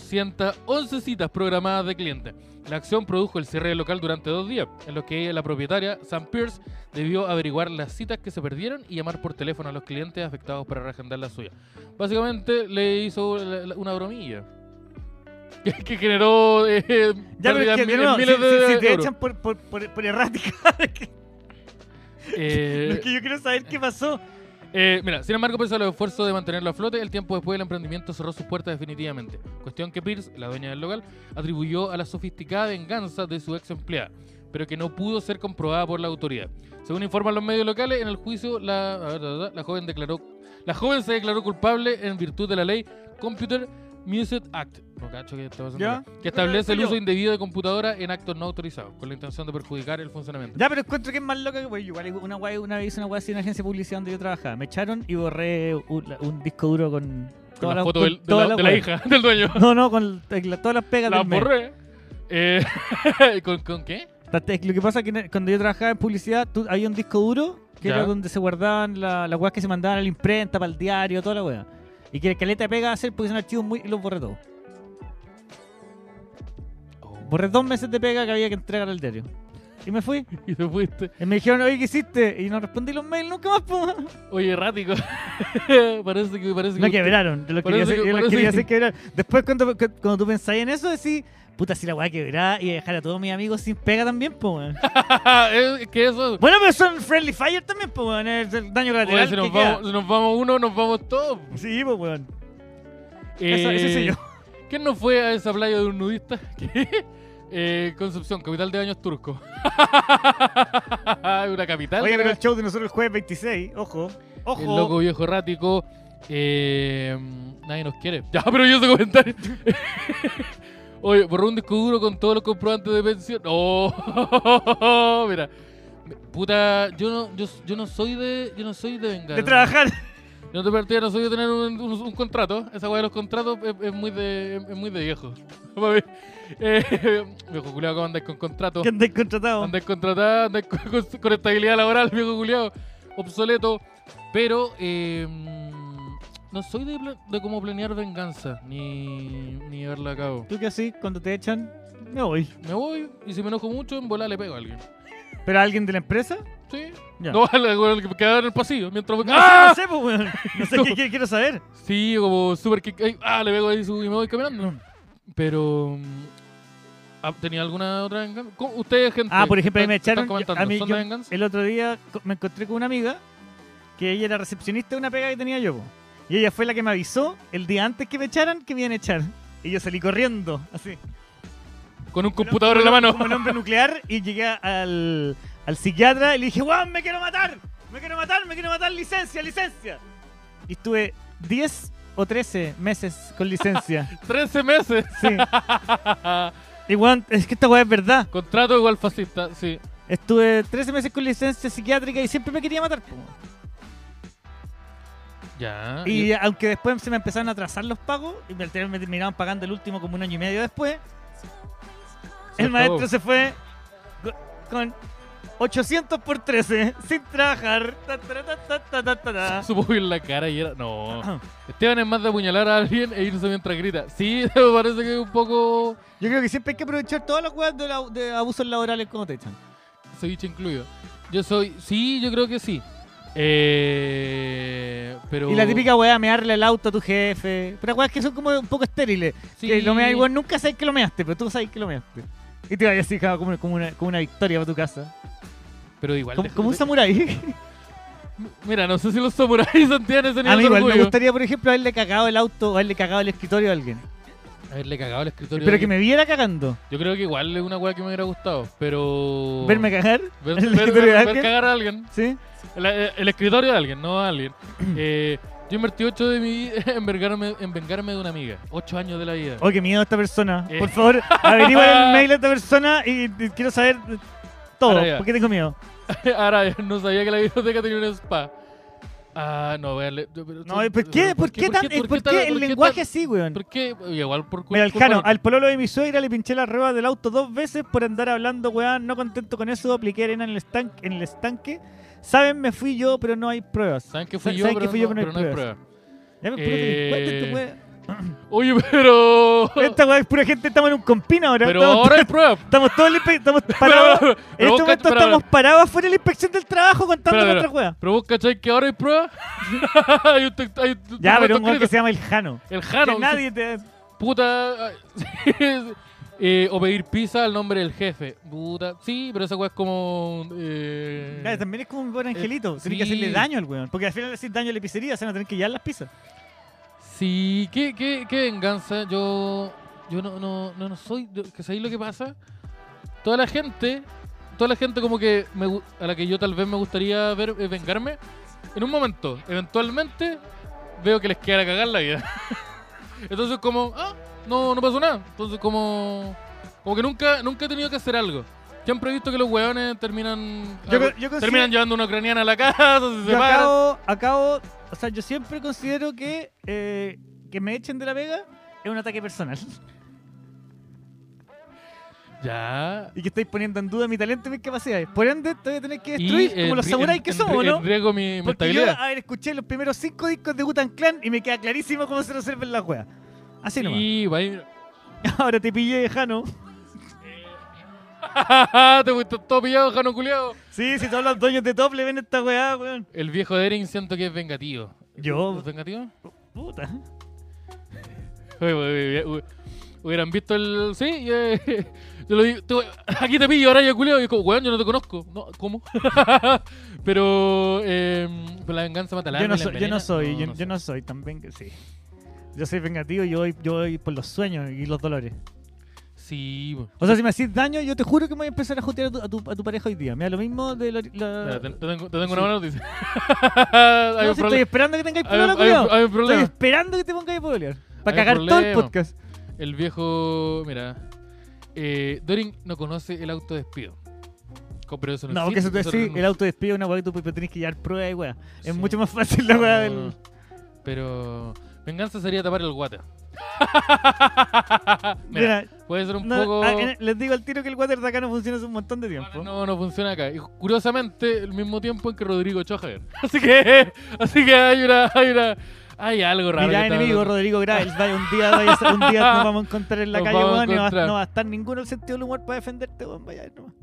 [SPEAKER 2] 211 citas programadas de clientes. La acción produjo el cierre del local durante dos días, en los que la propietaria, Sam Pierce, debió averiguar las citas que se perdieron y llamar por teléfono a los clientes afectados para reagendar las suyas. Básicamente le hizo la- la- una bromilla. Que, que generó eh,
[SPEAKER 1] Ya, pero
[SPEAKER 2] pérdidas
[SPEAKER 1] es que, de
[SPEAKER 2] en mil-
[SPEAKER 1] nuevo,
[SPEAKER 2] en
[SPEAKER 1] si,
[SPEAKER 2] miles de
[SPEAKER 1] si- si te
[SPEAKER 2] euros.
[SPEAKER 1] echan por, por, por, por errática, es que,
[SPEAKER 2] Eh,
[SPEAKER 1] es que yo quiero saber qué pasó.
[SPEAKER 2] Eh, mira, sin embargo, pese a los esfuerzos de mantenerlo a flote, el tiempo después del emprendimiento cerró sus puertas definitivamente. Cuestión que Pierce, la dueña del local, atribuyó a la sofisticada venganza de su ex empleada, pero que no pudo ser comprobada por la autoridad. Según informan los medios locales, en el juicio la, a ver, a ver, a ver, la joven declaró, la joven se declaró culpable en virtud de la ley Computer Music Act, no cacho que, está pasando
[SPEAKER 1] ¿Ya?
[SPEAKER 2] acá, que establece el
[SPEAKER 1] Yo.
[SPEAKER 2] uso indebido de computadora en actos no autorizados, con la intención de perjudicar el funcionamiento.
[SPEAKER 1] Ya, pero encuentro que es más loca que pues, igual una guay, una vez hice una guay así en una agencia de publicidad donde yo trabajaba. Me echaron y borré un, un disco duro con
[SPEAKER 2] Con
[SPEAKER 1] todas
[SPEAKER 2] la
[SPEAKER 1] las-
[SPEAKER 2] foto
[SPEAKER 1] con
[SPEAKER 2] del- de,
[SPEAKER 1] todas
[SPEAKER 2] la,
[SPEAKER 1] las
[SPEAKER 2] de la
[SPEAKER 1] weas.
[SPEAKER 2] hija del dueño.
[SPEAKER 1] No, no, con eh, la- todas las pegas
[SPEAKER 2] La
[SPEAKER 1] del mes.
[SPEAKER 2] borré. Eh, ¿con, con qué?
[SPEAKER 1] Traté- Lo que pasa es que en- cuando yo trabajaba en publicidad, tú- había un disco duro que
[SPEAKER 2] Ya.
[SPEAKER 1] era donde se guardaban la- las weas que se mandaban a la imprenta, para el diario, toda la wea. Y que la caleta de pega hacer porque son archivos muy. y los borré todos. Borré dos meses de pega que había que entregar al diario. Y me fui.
[SPEAKER 2] Y te fuiste.
[SPEAKER 1] Y me dijeron, oye, ¿qué hiciste? Y no respondí los mails nunca más, po.
[SPEAKER 2] Oye, errático. parece que. Parece
[SPEAKER 1] Me
[SPEAKER 2] que
[SPEAKER 1] quebraron. Yo los quería
[SPEAKER 2] Parece
[SPEAKER 1] hacer,
[SPEAKER 2] que-
[SPEAKER 1] yo los
[SPEAKER 2] parece
[SPEAKER 1] quería
[SPEAKER 2] que-
[SPEAKER 1] hacer quebrar. Después, cuando, cu- cuando tú pensáis en eso, decís, puta, si la weá quebrará y dejar a todos mis amigos sin pega también, po, weón.
[SPEAKER 2] Ah, es, es que eso.
[SPEAKER 1] Bueno, pero son Friendly Fire también, po, weón. Es el daño colateral.
[SPEAKER 2] Oye, si nos
[SPEAKER 1] que queda.
[SPEAKER 2] vamos, si nos vamos uno, nos vamos todos.
[SPEAKER 1] Sí, pues, weón. Eso-
[SPEAKER 2] Eh,
[SPEAKER 1] ese soy yo.
[SPEAKER 2] ¿Quién no fue a esa playa de un nudista? eh, Concepción, capital de baños turcos. Una capital.
[SPEAKER 1] Oye,
[SPEAKER 2] de
[SPEAKER 1] pero el show de nosotros el jueves 26, ojo. Ojo.
[SPEAKER 2] El loco viejo errático. eh, nadie nos quiere. Ya, pero yo ese comentario. Oye, borró un disco duro con todos los comprobantes de pensión. No, mira. Puta, yo no, yo, yo no soy de. Yo no soy de vengar.
[SPEAKER 1] de trabajar.
[SPEAKER 2] Yo no te partida no soy de tener un, un- un contrato. Esa weá de los contratos es, es muy de. es muy de viejo. Pa' mí. Eh, viejo culiado, ¿cómo andáis con contratos?
[SPEAKER 1] Que andáis contratado.
[SPEAKER 2] Andáis contratada, andáis con, con- con estabilidad laboral, viejo culiado. Obsoleto. Pero eh, no soy de, pla- de cómo planear venganza, ni, ni llevarla a cabo.
[SPEAKER 1] Tú que así, cuando te echan, me voy.
[SPEAKER 2] Me voy y si me enojo mucho, en volar le pego a alguien.
[SPEAKER 1] ¿Pero a alguien de la empresa?
[SPEAKER 2] ¿Sí?
[SPEAKER 1] Ya.
[SPEAKER 2] No, al al que me quedaba en el pasillo mientras me
[SPEAKER 1] No,
[SPEAKER 2] ¡Ah!
[SPEAKER 1] sé, no sé, pues, weón. No sé qué, qué quiero saber.
[SPEAKER 2] Sí, como super kick. ay, ¡Ah! Le pego ahí su- y me voy caminando. Pero. mm, ah, ¿Tenía alguna otra venganza? ¿Cómo- Ustedes, gente.
[SPEAKER 1] Ah, por ejemplo, ahí
[SPEAKER 2] están-
[SPEAKER 1] me
[SPEAKER 2] están
[SPEAKER 1] echaron. yo-
[SPEAKER 2] comentando,
[SPEAKER 1] a mí,
[SPEAKER 2] ¿son
[SPEAKER 1] yo
[SPEAKER 2] de venganza?
[SPEAKER 1] el otro día co- me encontré con una amiga que ella era recepcionista de una pega que tenía yo. po. Y ella fue la que me avisó el día antes que me echaran que me iban a echar. Y yo salí corriendo, así.
[SPEAKER 2] Con un
[SPEAKER 1] Como el-
[SPEAKER 2] computador en
[SPEAKER 1] como
[SPEAKER 2] la
[SPEAKER 1] el-
[SPEAKER 2] mano.
[SPEAKER 1] Como el hombre nuclear y llegué al, al psiquiatra y le dije, ¡Guau, me quiero matar! ¡Me quiero matar! ¡Me quiero matar! ¡Licencia, licencia! Y estuve 10 o 13 meses con licencia.
[SPEAKER 2] 13 meses.
[SPEAKER 1] sí. Y weón, es que esta weá es verdad.
[SPEAKER 2] Contrato igual fascista, sí.
[SPEAKER 1] Estuve 13 meses con licencia psiquiátrica y siempre me quería matar. po.
[SPEAKER 2] Ya.
[SPEAKER 1] Y aunque después se me empezaron a atrasar los pagos y me me terminaban pagando el último como un año y medio después,
[SPEAKER 2] Se
[SPEAKER 1] el maestro
[SPEAKER 2] acabó.
[SPEAKER 1] se fue co- con 800 por 13, sin trabajar. Ta, ta, ta, ta, ta, ta, ta, ta.
[SPEAKER 2] Supo bien la cara y era. No. Esteban es más de apuñalar a alguien e irse mientras grita. Sí, me parece que es un poco.
[SPEAKER 1] Yo creo que siempre hay que aprovechar todas las weas de, la- de abusos laborales cuando te echan.
[SPEAKER 2] ceviche incluido. Yo soy. Sí, yo creo que sí. Eh, pero.
[SPEAKER 1] Y la típica wea, mearle el auto a tu jefe. Pero weas que son como un poco estériles.
[SPEAKER 2] Sí.
[SPEAKER 1] Que lo mea igual, nunca sabes que lo measte, pero tú sabes que lo measte. Y te vayas así claro, como, como una, como una victoria para tu casa.
[SPEAKER 2] Pero igual.
[SPEAKER 1] Como,
[SPEAKER 2] deja-
[SPEAKER 1] como un
[SPEAKER 2] de-
[SPEAKER 1] samurái.
[SPEAKER 2] Mira, no sé si los samuráis sentían ese nivel
[SPEAKER 1] A mí
[SPEAKER 2] de
[SPEAKER 1] igual me
[SPEAKER 2] orgullo.
[SPEAKER 1] gustaría, por ejemplo, haberle cagado el auto o haberle cagado el escritorio a alguien.
[SPEAKER 2] Haberle cagado al escritorio.
[SPEAKER 1] Pero
[SPEAKER 2] yo-
[SPEAKER 1] que me viera cagando.
[SPEAKER 2] Yo creo que igual es una weá que me hubiera gustado. Pero.
[SPEAKER 1] Verme cagar.
[SPEAKER 2] Ver,
[SPEAKER 1] en el
[SPEAKER 2] ver-
[SPEAKER 1] escritorio de
[SPEAKER 2] ver- ver
[SPEAKER 1] alguien.
[SPEAKER 2] cagar a alguien.
[SPEAKER 1] ¿Sí?
[SPEAKER 2] El, el escritorio de alguien, no a alguien. Eh, yo invertí 8 de mi vida en vengarme, en vengarme de una amiga. 8 años de la vida.
[SPEAKER 1] Oh, qué miedo esta persona.
[SPEAKER 2] Eh.
[SPEAKER 1] Por favor, averigua el mail de esta persona y, y quiero saber todo.
[SPEAKER 2] Ahora ya.
[SPEAKER 1] ¿Por qué tengo miedo?
[SPEAKER 2] Ahora, yo no sabía que la biblioteca tenía un spa. Ah, no, verle.
[SPEAKER 1] No, ¿por qué? ¿Por qué, tan, eh, ¿por qué el lenguaje así, weón?
[SPEAKER 2] ¿Por qué? Igual por
[SPEAKER 1] Mira,
[SPEAKER 2] culpa.
[SPEAKER 1] el Jano, al pololo de mi suegra le pinché la rueda del auto dos veces por andar hablando, weón. No contento con eso, apliqué arena en el estanque. En el estanque. Saben, me fui yo, pero no hay pruebas.
[SPEAKER 2] ¿Saben que fui yo?
[SPEAKER 1] ¿Saben que
[SPEAKER 2] pero,
[SPEAKER 1] fui
[SPEAKER 2] no,
[SPEAKER 1] yo, pero no hay prueba? Ya me puro delincuente
[SPEAKER 2] Eh,
[SPEAKER 1] tu weón.
[SPEAKER 2] Oye, pero.
[SPEAKER 1] Esta weá es pura gente, estamos en un compino ahora.
[SPEAKER 2] pero
[SPEAKER 1] estamos,
[SPEAKER 2] ahora hay prueba.
[SPEAKER 1] estamos todos en la inspe- estamos parados.
[SPEAKER 2] Pero-
[SPEAKER 1] en
[SPEAKER 2] pero
[SPEAKER 1] este
[SPEAKER 2] vos
[SPEAKER 1] momento
[SPEAKER 2] cach- pero-
[SPEAKER 1] estamos parados afuera de la inspección del trabajo contando
[SPEAKER 2] Espera,
[SPEAKER 1] nuestra
[SPEAKER 2] espera.
[SPEAKER 1] weá.
[SPEAKER 2] Pero vos cachai que ahora hay prueba. Hay un tec- hay un
[SPEAKER 1] Ya,
[SPEAKER 2] documento
[SPEAKER 1] pero un weón que
[SPEAKER 2] escrito.
[SPEAKER 1] se llama el Jano.
[SPEAKER 2] El Jano.
[SPEAKER 1] que nadie
[SPEAKER 2] eh.
[SPEAKER 1] te.
[SPEAKER 2] Puta. ay, eh, o pedir pizza al nombre del jefe. Puta. Sí, pero esa weá es como. Eh,
[SPEAKER 1] Claro, también es como un buen angelito. Tienes que
[SPEAKER 2] sí.
[SPEAKER 1] hacerle daño al weón. Porque al final le haces daño a la pizzería, se van a tener que llevar las pizzas.
[SPEAKER 2] Sí, qué, qué, qué venganza. Yo, yo no, no, no, no soy. yo- que ¿Sabéis lo que pasa? Toda la gente, toda la gente como que me gu- a la que yo tal vez me gustaría ver eh, vengarme, en un momento, eventualmente, veo que les queda la cagar la vida. Entonces como, ah, no, no pasó nada. Entonces como, como que nunca, nunca he tenido que hacer algo. Siempre he visto que los hueones terminan,
[SPEAKER 1] Yo co-
[SPEAKER 2] algo-
[SPEAKER 1] yo considero-
[SPEAKER 2] terminan llevando una ucraniana a la casa, se
[SPEAKER 1] Yo
[SPEAKER 2] separan.
[SPEAKER 1] acabo, acabo. O sea, yo siempre considero que eh, que me echen de la pega es un ataque personal.
[SPEAKER 2] Ya,
[SPEAKER 1] Y que estáis poniendo en duda mi talento y mis capacidades. Por ende, te voy a tener que destruir como
[SPEAKER 2] en-
[SPEAKER 1] los samuráis que
[SPEAKER 2] eh, en-
[SPEAKER 1] somos,
[SPEAKER 2] en-
[SPEAKER 1] ¿no?
[SPEAKER 2] en riesgo mi
[SPEAKER 1] Porque yo, ah,
[SPEAKER 2] mentalidad.
[SPEAKER 1] a ver, escuché los primeros cinco discos de Gutan Clan y me queda clarísimo cómo se resuelven las weas. Así nomás.
[SPEAKER 2] Y va ahí-
[SPEAKER 1] Ahora te pillé, Jano.
[SPEAKER 2] ¡Ah, Te fuiste todo pillado, Jano culiao.
[SPEAKER 1] Sí, si todos los dueños de top le ven esta weá, weón.
[SPEAKER 2] El viejo de Eren siento que es vengativo.
[SPEAKER 1] Yo,
[SPEAKER 2] ¿Es vengativo?
[SPEAKER 1] puta.
[SPEAKER 2] Uy, uy, uy, uy. Hubieran visto el. Sí, eh, yo lo digo. tú, aquí te pillo, ahora yo culiao. Y es como, weón, yo no te conozco. No, ¿Cómo? Pero. eh, pues la venganza mata al
[SPEAKER 1] Yo
[SPEAKER 2] alma
[SPEAKER 1] no
[SPEAKER 2] y la
[SPEAKER 1] soy, yo no
[SPEAKER 2] envenena.
[SPEAKER 1] soy, yo, yo
[SPEAKER 2] sé.
[SPEAKER 1] no soy tan vengativo. Sí. Yo soy vengativo, yo voy, yo voy por los sueños y los dolores.
[SPEAKER 2] Sí, bo.
[SPEAKER 1] O sea, si me haces daño, yo te juro que me voy a empezar a jotear a tu, a tu, a tu pareja hoy día. Mira, lo mismo de la. la-
[SPEAKER 2] Mira, te, te tengo, te tengo
[SPEAKER 1] Ah. Sí.
[SPEAKER 2] una mala noticia. hay
[SPEAKER 1] No, si
[SPEAKER 2] un
[SPEAKER 1] estoy
[SPEAKER 2] problema.
[SPEAKER 1] esperando que tengáis
[SPEAKER 2] Hay un-
[SPEAKER 1] problema,
[SPEAKER 2] hay un-
[SPEAKER 1] culiao.
[SPEAKER 2] hay un
[SPEAKER 1] Estoy
[SPEAKER 2] problema.
[SPEAKER 1] esperando que te pongáis a pololear. Para
[SPEAKER 2] Hay un
[SPEAKER 1] cagar todo el
[SPEAKER 2] problema.
[SPEAKER 1] podcast.
[SPEAKER 2] El viejo, mira, eh, Dorin no conoce el autodespido. Co- Pero eso no,
[SPEAKER 1] No, porque eso
[SPEAKER 2] existe,
[SPEAKER 1] te decís,
[SPEAKER 2] no-
[SPEAKER 1] el auto despide una weá que tú pues, tenés que llevar prueba y weá.
[SPEAKER 2] Sí.
[SPEAKER 1] Es mucho más fácil la weá
[SPEAKER 2] No,
[SPEAKER 1] del.
[SPEAKER 2] Pero venganza sería tapar el guata. mira,
[SPEAKER 1] Mira,
[SPEAKER 2] puede ser un
[SPEAKER 1] no,
[SPEAKER 2] poco...
[SPEAKER 1] ah, eh, les digo al tiro que el water de acá no funciona hace un montón de tiempo.
[SPEAKER 2] No, no funciona acá. Y curiosamente, el mismo tiempo en que Rodrigo echó a Javier. Así que, así que hay una, hay una, hay algo raro.
[SPEAKER 1] Mirá,
[SPEAKER 2] que está
[SPEAKER 1] enemigo,
[SPEAKER 2] pasando.
[SPEAKER 1] Rodrigo Graves. Vaya, un día, vaya, un día nos vamos a encontrar en la
[SPEAKER 2] Nos
[SPEAKER 1] calle,
[SPEAKER 2] vamos a
[SPEAKER 1] weón. y No va,
[SPEAKER 2] encontrar.
[SPEAKER 1] no va a estar ninguno el sentido del humor para defenderte, weón. Vaya, no.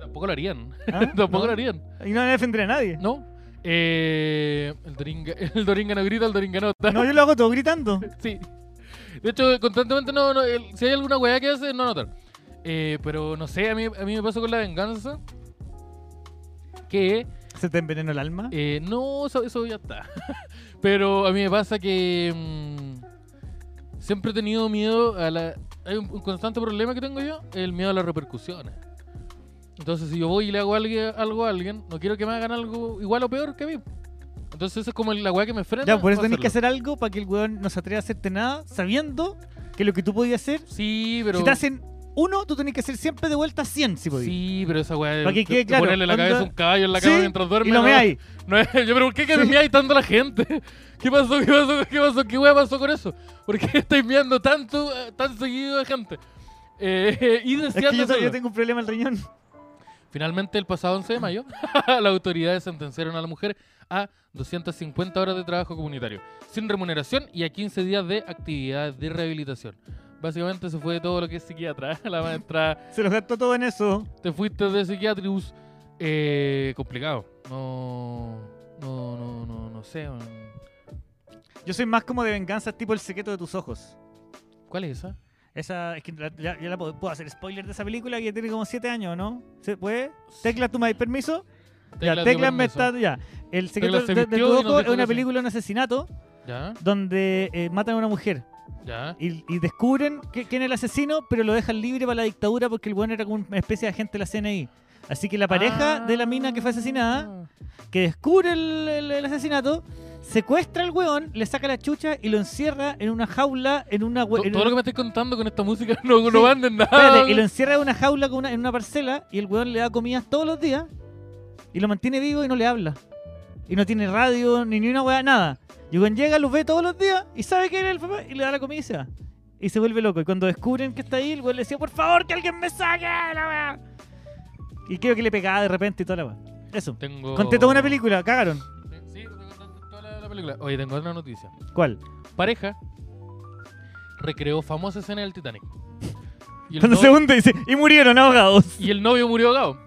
[SPEAKER 2] Tampoco lo harían.
[SPEAKER 1] ¿Ah?
[SPEAKER 2] Tampoco
[SPEAKER 1] No.
[SPEAKER 2] lo harían.
[SPEAKER 1] Y no van a defender a nadie.
[SPEAKER 2] No. Eh, el, Doringa, el Doringa no grita, el Doringa no está.
[SPEAKER 1] No, yo lo hago todo gritando.
[SPEAKER 2] Sí. De hecho, constantemente no, no, el- si hay alguna weá que hace, no notar. Eh, pero no sé, a mí, a mí me pasa con la venganza que
[SPEAKER 1] Se te envenenó el alma.
[SPEAKER 2] eh, no, eso, eso ya está. pero a mí me pasa que mm, siempre he tenido miedo a la... Hay un, un constante problema que tengo yo, el miedo a las repercusiones. Entonces, si yo voy y le hago algu- algo a alguien, no quiero que me hagan algo igual o peor que a mí. Entonces, eso es como la weá que me frena.
[SPEAKER 1] Ya, por eso
[SPEAKER 2] a
[SPEAKER 1] tenés que
[SPEAKER 2] hacerlo.
[SPEAKER 1] hacer algo para que el weón no se atreva a hacerte nada, sabiendo que lo que tú podías hacer,
[SPEAKER 2] Sí, pero...
[SPEAKER 1] si te hacen uno, tú tenés que hacer siempre de vuelta 100 si podías.
[SPEAKER 2] Sí, pero esa weá de,
[SPEAKER 1] Pa' que
[SPEAKER 2] de-
[SPEAKER 1] quede
[SPEAKER 2] de
[SPEAKER 1] claro,
[SPEAKER 2] ponerle la
[SPEAKER 1] onda-
[SPEAKER 2] cabeza a un caballo en la cama
[SPEAKER 1] Sí,
[SPEAKER 2] mientras duerme.
[SPEAKER 1] Y lo
[SPEAKER 2] no,
[SPEAKER 1] meáis.
[SPEAKER 2] no es- yo, pero ¿por qué que
[SPEAKER 1] Sí.
[SPEAKER 2] me meáis tanto a la gente? ¿Qué pasó? ¿Qué pasó? ¿Qué pasó? ¿Qué weá pasó con eso? ¿Por qué estáis meando tanto, eh, tan seguido a gente? Eh, y
[SPEAKER 1] Es que
[SPEAKER 2] deseando
[SPEAKER 1] yo,
[SPEAKER 2] hacerlo.
[SPEAKER 1] yo tengo un problema al riñón.
[SPEAKER 2] Finalmente, el pasado 11 de mayo, las autoridades sentenciaron a la mujer a 250 horas de trabajo comunitario, sin remuneración y a 15 días de actividades de rehabilitación. Básicamente se fue de todo lo que es psiquiatra, la maestra
[SPEAKER 1] Se los gastó todo en eso.
[SPEAKER 2] te fuiste de psiquiatrius eh, complicado. No, no, no, no, no sé. man.
[SPEAKER 1] Yo soy más como de venganza, tipo el secreto de tus ojos.
[SPEAKER 2] ¿Cuál es esa?
[SPEAKER 1] Esa, es que la- ya, ya la puedo, puedo hacer spoiler de esa película que ya tiene como 7 años, ¿no? ¿Se puede? Tecla, tú me das permiso. ya,
[SPEAKER 2] dio
[SPEAKER 1] Tecla me
[SPEAKER 2] permiso.
[SPEAKER 1] está. Ya. El secreto
[SPEAKER 2] se
[SPEAKER 1] de, de
[SPEAKER 2] vistió
[SPEAKER 1] tu
[SPEAKER 2] y nos
[SPEAKER 1] ojo es
[SPEAKER 2] dijo
[SPEAKER 1] una
[SPEAKER 2] que sí.
[SPEAKER 1] película, un asesinato,
[SPEAKER 2] Ya,
[SPEAKER 1] donde eh, matan a una mujer.
[SPEAKER 2] ya.
[SPEAKER 1] Y, y descubren que- quién es el asesino, pero lo dejan libre para la dictadura porque el bueno era como una especie de agente de la CNI. Así que la pareja
[SPEAKER 2] Ah.
[SPEAKER 1] de la mina que fue asesinada, que descubre el, el- el asesinato, secuestra al weón, le saca la chucha y lo encierra en una jaula, en una...
[SPEAKER 2] To-
[SPEAKER 1] hue- en
[SPEAKER 2] todo
[SPEAKER 1] un-
[SPEAKER 2] lo que me estás contando con esta música no, no
[SPEAKER 1] Sí.
[SPEAKER 2] van de nada.
[SPEAKER 1] Espérate, y lo encierra en una jaula con una- en una parcela y el weón le da comidas todos los días y lo mantiene vivo y no le habla. Y no tiene radio, ni, ni una weá, nada. Y el weón llega, los ve todos los días y sabe que él es el papá y le da la comida y se va. Y se vuelve loco. Y cuando descubren que está ahí, el weón le decía, por favor, que alguien me saque de la weá. Y creo que le pegaba de repente y toda la weá. Eso.
[SPEAKER 2] Tengo...
[SPEAKER 1] Conté toda una película, cagaron.
[SPEAKER 2] Sí, te contaste toda la, la película. Oye, tengo otra noticia.
[SPEAKER 1] ¿Cuál?
[SPEAKER 2] Pareja recreó famosa escena del Titanic. Y el,
[SPEAKER 1] Cuando se
[SPEAKER 2] novio,
[SPEAKER 1] hunde dice, y murieron ahogados.
[SPEAKER 2] y el novio murió ahogado.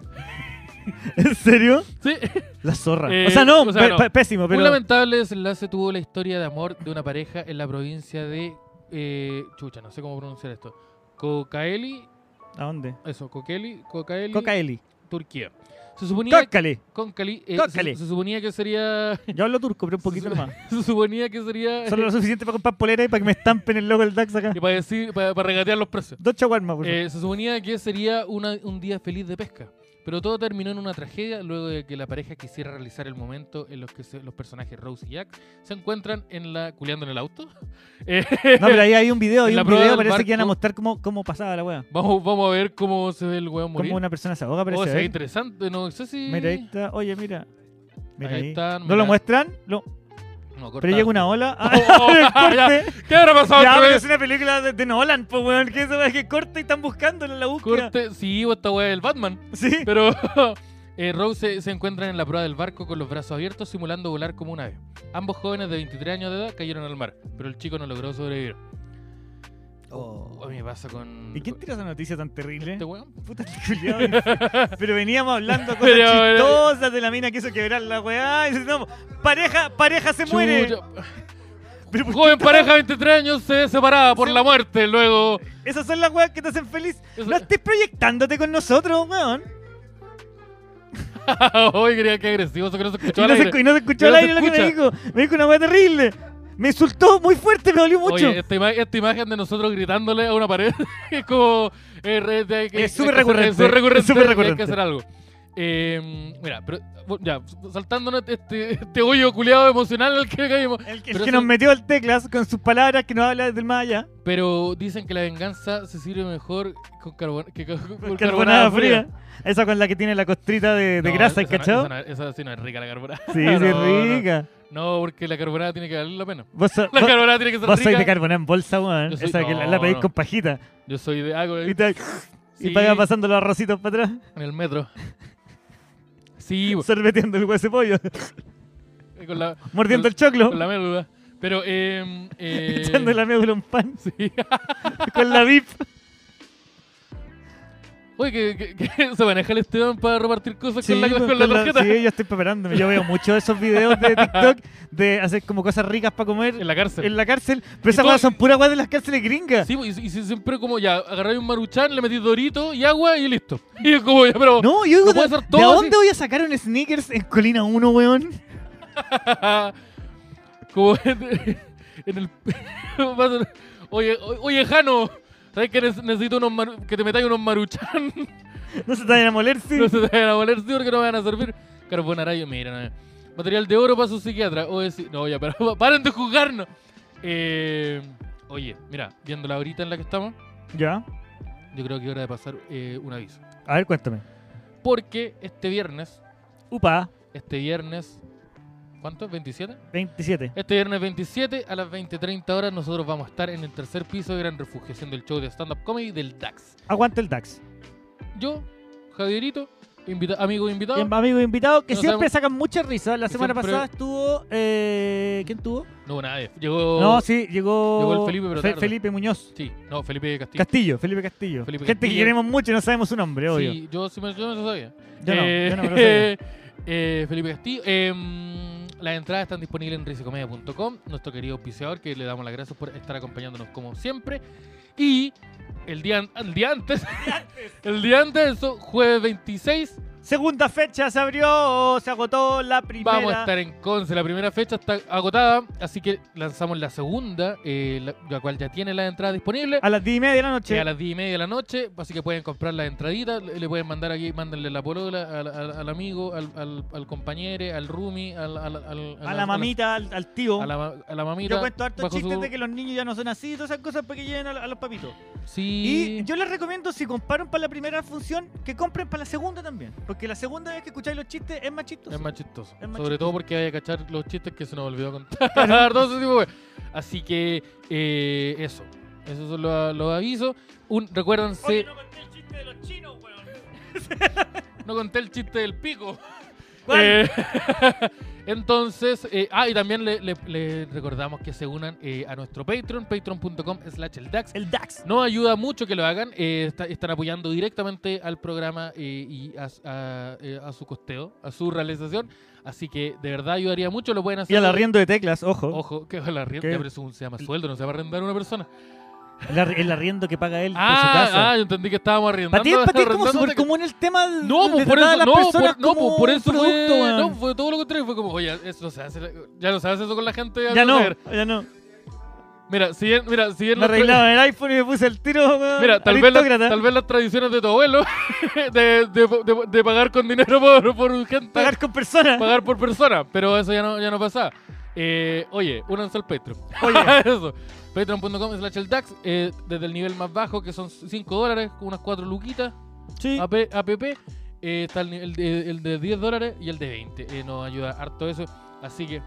[SPEAKER 1] ¿En serio?
[SPEAKER 2] Sí.
[SPEAKER 1] La zorra.
[SPEAKER 2] Eh,
[SPEAKER 1] o sea, no,
[SPEAKER 2] o sea,
[SPEAKER 1] pe-
[SPEAKER 2] no.
[SPEAKER 1] pe- pésimo, pero...
[SPEAKER 2] Un lamentable desenlace tuvo la historia de amor de una pareja en la provincia de. eh, chucha, no sé cómo pronunciar esto. Cocaeli.
[SPEAKER 1] ¿A dónde?
[SPEAKER 2] Eso, Coqueli. Cocaeli.
[SPEAKER 1] Cocaeli.
[SPEAKER 2] Turquía. Se suponía.
[SPEAKER 1] Cócale.
[SPEAKER 2] Concali, eh,
[SPEAKER 1] Cócali.
[SPEAKER 2] Se, se suponía que sería.
[SPEAKER 1] Yo hablo turco, pero un poquito nomás.
[SPEAKER 2] Se suponía que sería. eh,
[SPEAKER 1] Solo lo suficiente para comprar polera y para que me estampen el logo del DAX acá.
[SPEAKER 2] que para, decir, para, para regatear los precios.
[SPEAKER 1] Dos chaguarmas, por favor.
[SPEAKER 2] Eh, se suponía que sería una- un día feliz de pesca. Pero todo terminó en una tragedia luego de que la pareja quisiera realizar el momento en los que se- los personajes Rose y Jack se encuentran en la culeando en el auto. Eh,
[SPEAKER 1] No, pero ahí hay un video, hay
[SPEAKER 2] en la
[SPEAKER 1] un
[SPEAKER 2] prueba
[SPEAKER 1] video,
[SPEAKER 2] del
[SPEAKER 1] parece que iban a
[SPEAKER 2] barco-
[SPEAKER 1] mostrar cómo, cómo pasaba la wea.
[SPEAKER 2] Vamos, vamos a ver cómo se ve el weón morir.
[SPEAKER 1] Cómo una persona se ahoga, parece.
[SPEAKER 2] oh, se
[SPEAKER 1] a
[SPEAKER 2] ve
[SPEAKER 1] ver.
[SPEAKER 2] interesante, no sé si.
[SPEAKER 1] Mira, ahí está. Oye, mira. Mira
[SPEAKER 2] Ahí
[SPEAKER 1] ahí.
[SPEAKER 2] están,
[SPEAKER 1] ¿No
[SPEAKER 2] mira.
[SPEAKER 1] lo muestran? Lo-
[SPEAKER 2] No,
[SPEAKER 1] Pero llega una ola. Ah,
[SPEAKER 2] Oh,
[SPEAKER 1] el
[SPEAKER 2] oh, ya.
[SPEAKER 1] corte.
[SPEAKER 2] ¿Qué habrá pasado
[SPEAKER 1] Ya,
[SPEAKER 2] otra
[SPEAKER 1] pero es
[SPEAKER 2] vez?
[SPEAKER 1] una película de, de Nolan, pues, weón. Que eso es que corta y están buscando en la búsqueda.
[SPEAKER 2] Corte, sí, o esta weá del Batman.
[SPEAKER 1] Sí.
[SPEAKER 2] Pero eh, Rose se, se encuentran en la prueba del barco con los brazos abiertos simulando volar como un ave. Ambos jóvenes de 23 años de edad cayeron al mar, pero el chico no logró sobrevivir.
[SPEAKER 1] Oh.
[SPEAKER 2] A mí me pasa con.
[SPEAKER 1] ¿Y quién tiró esa noticia tan terrible?
[SPEAKER 2] este weón?
[SPEAKER 1] Puta el culiao. Pero veníamos hablando cosas
[SPEAKER 2] Pero, pero-
[SPEAKER 1] chistosas de la mina que hizo quebrar la weá. Y decíamos, pareja, pareja se muere.
[SPEAKER 2] Chucha.
[SPEAKER 1] Pero, ¿por qué
[SPEAKER 2] Joven
[SPEAKER 1] está-
[SPEAKER 2] pareja de 23 años se separaba por la muerte. Luego.
[SPEAKER 1] Esas son las weas que te hacen feliz.
[SPEAKER 2] Eso-
[SPEAKER 1] No estés proyectándote con nosotros, weón.
[SPEAKER 2] Hoy creía que agresivo, eso que no se escuchó
[SPEAKER 1] Y
[SPEAKER 2] al
[SPEAKER 1] no, se,
[SPEAKER 2] aire.
[SPEAKER 1] escu- y no se escuchó
[SPEAKER 2] Ya
[SPEAKER 1] al
[SPEAKER 2] no
[SPEAKER 1] aire
[SPEAKER 2] se
[SPEAKER 1] lo que me dijo. Me dijo una wea terrible. Me insultó muy fuerte, me dolió mucho.
[SPEAKER 2] Oye, esta, ima- esta imagen de nosotros gritándole a una pared es como. eh, re- de- hay que-
[SPEAKER 1] Es súper
[SPEAKER 2] hay que hacer-
[SPEAKER 1] recurrente,
[SPEAKER 2] Es súper recurrente.
[SPEAKER 1] es súper
[SPEAKER 2] y Hay que
[SPEAKER 1] recurrente.
[SPEAKER 2] hacer algo. Eh, mira, pero bueno, ya, saltándonos este, este hoyo culeado emocional al que caímos.
[SPEAKER 1] el que, el
[SPEAKER 2] pero
[SPEAKER 1] que
[SPEAKER 2] eso-
[SPEAKER 1] nos metió al teclas con sus palabras que nos habla desde el más allá.
[SPEAKER 2] Pero dicen que la venganza se sirve mejor con carbon- que con, con
[SPEAKER 1] Con carbonada fría. Esa con la que tiene la costrita de, de
[SPEAKER 2] No,
[SPEAKER 1] grasa,
[SPEAKER 2] esa no-
[SPEAKER 1] ¿cachado?
[SPEAKER 2] Esa, no- esa sí no es rica la carbonada.
[SPEAKER 1] Sí,
[SPEAKER 2] No,
[SPEAKER 1] sí,
[SPEAKER 2] no, no.
[SPEAKER 1] rica.
[SPEAKER 2] No, porque la carbonada tiene que valer la pena.
[SPEAKER 1] Vos, so-
[SPEAKER 2] La
[SPEAKER 1] vos-
[SPEAKER 2] carbonada tiene que ser
[SPEAKER 1] Vos
[SPEAKER 2] rica.
[SPEAKER 1] sois de carbonada en bolsa, weón.
[SPEAKER 2] Yo soy-
[SPEAKER 1] Esa que la,
[SPEAKER 2] no,
[SPEAKER 1] la pedís
[SPEAKER 2] no.
[SPEAKER 1] con pajita.
[SPEAKER 2] Yo soy de algo.
[SPEAKER 1] Y, te,
[SPEAKER 2] Sí,
[SPEAKER 1] y para pasando los arrocitos para atrás,
[SPEAKER 2] En el metro. Sí, bo- eh,
[SPEAKER 1] sorbeteando el hueso de pollo,
[SPEAKER 2] con la,
[SPEAKER 1] mordiendo
[SPEAKER 2] Con-
[SPEAKER 1] el choclo,
[SPEAKER 2] Con la médula. Pero, eh, eh,
[SPEAKER 1] echando la médula a un pan,
[SPEAKER 2] Sí.
[SPEAKER 1] con la VIP.
[SPEAKER 2] Oye, que, que- que se maneja el Esteban para repartir cosas con la,
[SPEAKER 1] pues,
[SPEAKER 2] con la tarjeta.
[SPEAKER 1] sí, yo estoy preparándome. Yo veo muchos de esos videos de TikTok de hacer como cosas ricas para comer
[SPEAKER 2] En la cárcel.
[SPEAKER 1] en la cárcel. Pero esas
[SPEAKER 2] todo-
[SPEAKER 1] weas son puras weas de las cárceles gringas.
[SPEAKER 2] Sí, pues, y, y siempre como ya, agarráis un maruchán, le metís dorito y agua y listo. Y es como ya, pero.
[SPEAKER 1] No, yo digo,
[SPEAKER 2] puede
[SPEAKER 1] ¿de,
[SPEAKER 2] ser
[SPEAKER 1] ¿de
[SPEAKER 2] todo
[SPEAKER 1] dónde
[SPEAKER 2] así.
[SPEAKER 1] voy a sacar un sneakers en Colina 1, weón?
[SPEAKER 2] como en, en el. vas a- oye, o- oye, Jano, ¿sabes que ne- necesito unos maru- que te metáis unos maruchán?
[SPEAKER 1] No se te vayan a moler, sí.
[SPEAKER 2] No se te vayan a voler, sí, porque no me van a servir. Carbonara, yo, mira, no. Material de oro para su psiquiatra. O decir, no, ya, pero paren de juzgarnos. Eh, oye, mira, viendo la horita en la que estamos,
[SPEAKER 1] Ya.
[SPEAKER 2] yo creo que es hora de pasar eh, un aviso.
[SPEAKER 1] A ver, cuéntame.
[SPEAKER 2] Porque este viernes,
[SPEAKER 1] Upa,
[SPEAKER 2] este viernes, ¿cuánto? ¿27?
[SPEAKER 1] 27.
[SPEAKER 2] Este viernes 27 a las 20.30 horas nosotros vamos a estar en el tercer piso de Gran Refugio haciendo el show de stand-up comedy del DAX.
[SPEAKER 1] Aguanta el DAX.
[SPEAKER 2] Yo, Javierito, Invita amigos invitados.
[SPEAKER 1] Amigos invitados Eh, que
[SPEAKER 2] No
[SPEAKER 1] siempre
[SPEAKER 2] sabemos-
[SPEAKER 1] sacan mucha risa. La semana
[SPEAKER 2] Siempre-
[SPEAKER 1] pasada estuvo. eh, ¿Quién tuvo?
[SPEAKER 2] No, nadie. Llegó.
[SPEAKER 1] No, sí, llegó.
[SPEAKER 2] Oh. llegó el Felipe, pero tarde.
[SPEAKER 1] Felipe Muñoz.
[SPEAKER 2] Sí, no, Felipe Castillo.
[SPEAKER 1] Castillo, Felipe Castillo.
[SPEAKER 2] Felipe
[SPEAKER 1] Gente que
[SPEAKER 2] Castillo.
[SPEAKER 1] queremos mucho y no sabemos su nombre, obvio.
[SPEAKER 2] Sí, yo sí me, yo me lo sabía.
[SPEAKER 1] Yo no,
[SPEAKER 2] Eh,
[SPEAKER 1] yo no me lo sabía.
[SPEAKER 2] eh, Felipe Castillo. em, las entradas están disponibles en risicomedia.com. Nuestro querido auspiciador, que le damos las gracias por estar acompañándonos como siempre. Y el día, an- el día antes, el día antes, eso, jueves 26,
[SPEAKER 1] Segunda fecha se abrió, se agotó la primera.
[SPEAKER 2] vamos a estar en Conce. La primera fecha está agotada, así que lanzamos la segunda, eh, la, la cual ya tiene las entradas disponibles.
[SPEAKER 1] A las 10 y media de la
[SPEAKER 2] Eh,
[SPEAKER 1] noche.
[SPEAKER 2] a las 10 y media de la noche, así que pueden comprar las entraditas, le le pueden mandar aquí, mándenle la polola al, al- al amigo, al, al, al compañero, al roomie, al, al- al- al-
[SPEAKER 1] a la mamita, al, al tío.
[SPEAKER 2] A la, ma- a la mamita.
[SPEAKER 1] yo cuento hartos
[SPEAKER 2] bajo
[SPEAKER 1] chistes
[SPEAKER 2] su-
[SPEAKER 1] de que los niños ya no son así, todas esas cosas porque lleven a, la- a los papitos.
[SPEAKER 2] Sí.
[SPEAKER 1] Y yo les recomiendo, si comparan para la primera función, que compren para la segunda también. Porque la segunda vez que escucháis los chistes es más chistoso.
[SPEAKER 2] Es más chistoso.
[SPEAKER 1] Es más
[SPEAKER 2] Sobre
[SPEAKER 1] chistoso.
[SPEAKER 2] todo porque vaya a cachar los chistes que se nos olvidó contar. Todo ese tipo de weas. Así que eh, eso. Esos son los, los avisos. Un, recuérdense.
[SPEAKER 1] Oye, no conté el chiste de los chinos, weón.
[SPEAKER 2] No conté el chiste del pico.
[SPEAKER 1] ¿Cuál?
[SPEAKER 2] Eh, entonces, eh, ah, y también le, le- le recordamos que se unan eh, a nuestro Patreon, patreon.com slash el DAX.
[SPEAKER 1] El DAX.
[SPEAKER 2] Nos ayuda mucho que lo hagan, eh, está- están apoyando directamente al programa eh, y a, a- eh, a su costeo, a su realización. Así que de verdad ayudaría mucho, lo pueden hacer.
[SPEAKER 1] Y al arriendo de teclas, ojo.
[SPEAKER 2] Ojo, que el arriendo,
[SPEAKER 1] ¿Qué?
[SPEAKER 2] ya, pero eso se llama sueldo, no se va a arrendar una persona.
[SPEAKER 1] El, ar- el arriendo que paga él por su
[SPEAKER 2] Ah,
[SPEAKER 1] casa.
[SPEAKER 2] ah, yo entendí que estábamos arriendando.
[SPEAKER 1] para ti, para ti es como
[SPEAKER 2] arrendando
[SPEAKER 1] súper
[SPEAKER 2] otra
[SPEAKER 1] común el tema de,
[SPEAKER 2] No,
[SPEAKER 1] de
[SPEAKER 2] pues por
[SPEAKER 1] tratar a
[SPEAKER 2] eso,
[SPEAKER 1] las
[SPEAKER 2] no,
[SPEAKER 1] personas
[SPEAKER 2] por, no,
[SPEAKER 1] como
[SPEAKER 2] pues por eso
[SPEAKER 1] un producto,
[SPEAKER 2] fue,
[SPEAKER 1] weón.
[SPEAKER 2] no, pues, fue todo lo contrario, fue como, oye, eso no se hace, ya no se hace eso con la gente.
[SPEAKER 1] Ya
[SPEAKER 2] no se
[SPEAKER 1] no,
[SPEAKER 2] hace".
[SPEAKER 1] ya no.
[SPEAKER 2] Mira, si bien, mira, si bien
[SPEAKER 1] Me
[SPEAKER 2] las tra-
[SPEAKER 1] arreglaba el iPhone y me puse el tiro, weón.
[SPEAKER 2] Mira, tal vez, las,
[SPEAKER 1] Aristócrata.
[SPEAKER 2] tal vez las tradiciones de tu abuelo de, de- de- de pagar con dinero por, por gente,
[SPEAKER 1] Pagar
[SPEAKER 2] pagar.
[SPEAKER 1] con personas.
[SPEAKER 2] por persona, pero eso ya no, ya no pasa. Eh, oye, únanse al Patreon.
[SPEAKER 1] Oye,
[SPEAKER 2] Eso. Patreon.com slash el DAX, eh, desde el nivel más bajo, que son 5 dólares, con unas 4 luquitas.
[SPEAKER 1] sí.
[SPEAKER 2] AP, APP, eh, está el, ni- el de, el de 10 dólares y el de 20. eh, nos ayuda harto eso. Así que.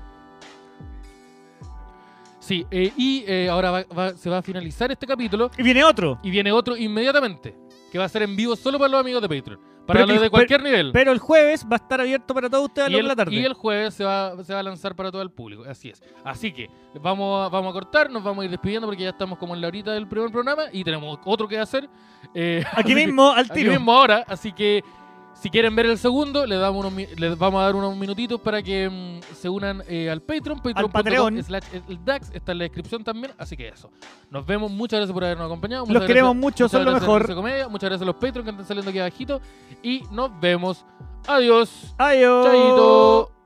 [SPEAKER 2] Sí, eh, y eh, ahora va- va- se va a finalizar este capítulo
[SPEAKER 1] Y viene otro.
[SPEAKER 2] y viene otro inmediatamente, que va a ser en vivo solo para los amigos de Patreon. Para
[SPEAKER 1] Pero
[SPEAKER 2] los
[SPEAKER 1] que-
[SPEAKER 2] de cualquier nivel.
[SPEAKER 1] Pero el jueves va a estar abierto para todos ustedes a
[SPEAKER 2] y
[SPEAKER 1] las
[SPEAKER 2] el,
[SPEAKER 1] dos de la tarde.
[SPEAKER 2] y el jueves se va, se va a lanzar para todo el público, así es. Así que vamos a, vamos a cortar, nos vamos a ir despidiendo porque ya estamos como en la horita del primer programa y tenemos otro que hacer. eh, así
[SPEAKER 1] Aquí
[SPEAKER 2] que-
[SPEAKER 1] mismo, al
[SPEAKER 2] Aquí
[SPEAKER 1] tiro.
[SPEAKER 2] mismo ahora, así que si quieren ver el segundo, les, damos unos mi- les vamos a dar unos minutitos para que mm, se unan eh, al Patreon, patreon.com
[SPEAKER 1] Patreon.
[SPEAKER 2] slash el DAX, está en la descripción también, así que eso. Nos vemos, muchas gracias por habernos acompañado. muchas
[SPEAKER 1] Los queremos
[SPEAKER 2] gracias-
[SPEAKER 1] mucho,
[SPEAKER 2] muchas
[SPEAKER 1] son lo
[SPEAKER 2] gracias a
[SPEAKER 1] mejor.
[SPEAKER 2] Risa Comedia, muchas gracias a los Patreon que están saliendo aquí abajito y nos vemos. Adiós.
[SPEAKER 1] Adiós.
[SPEAKER 2] Chaito.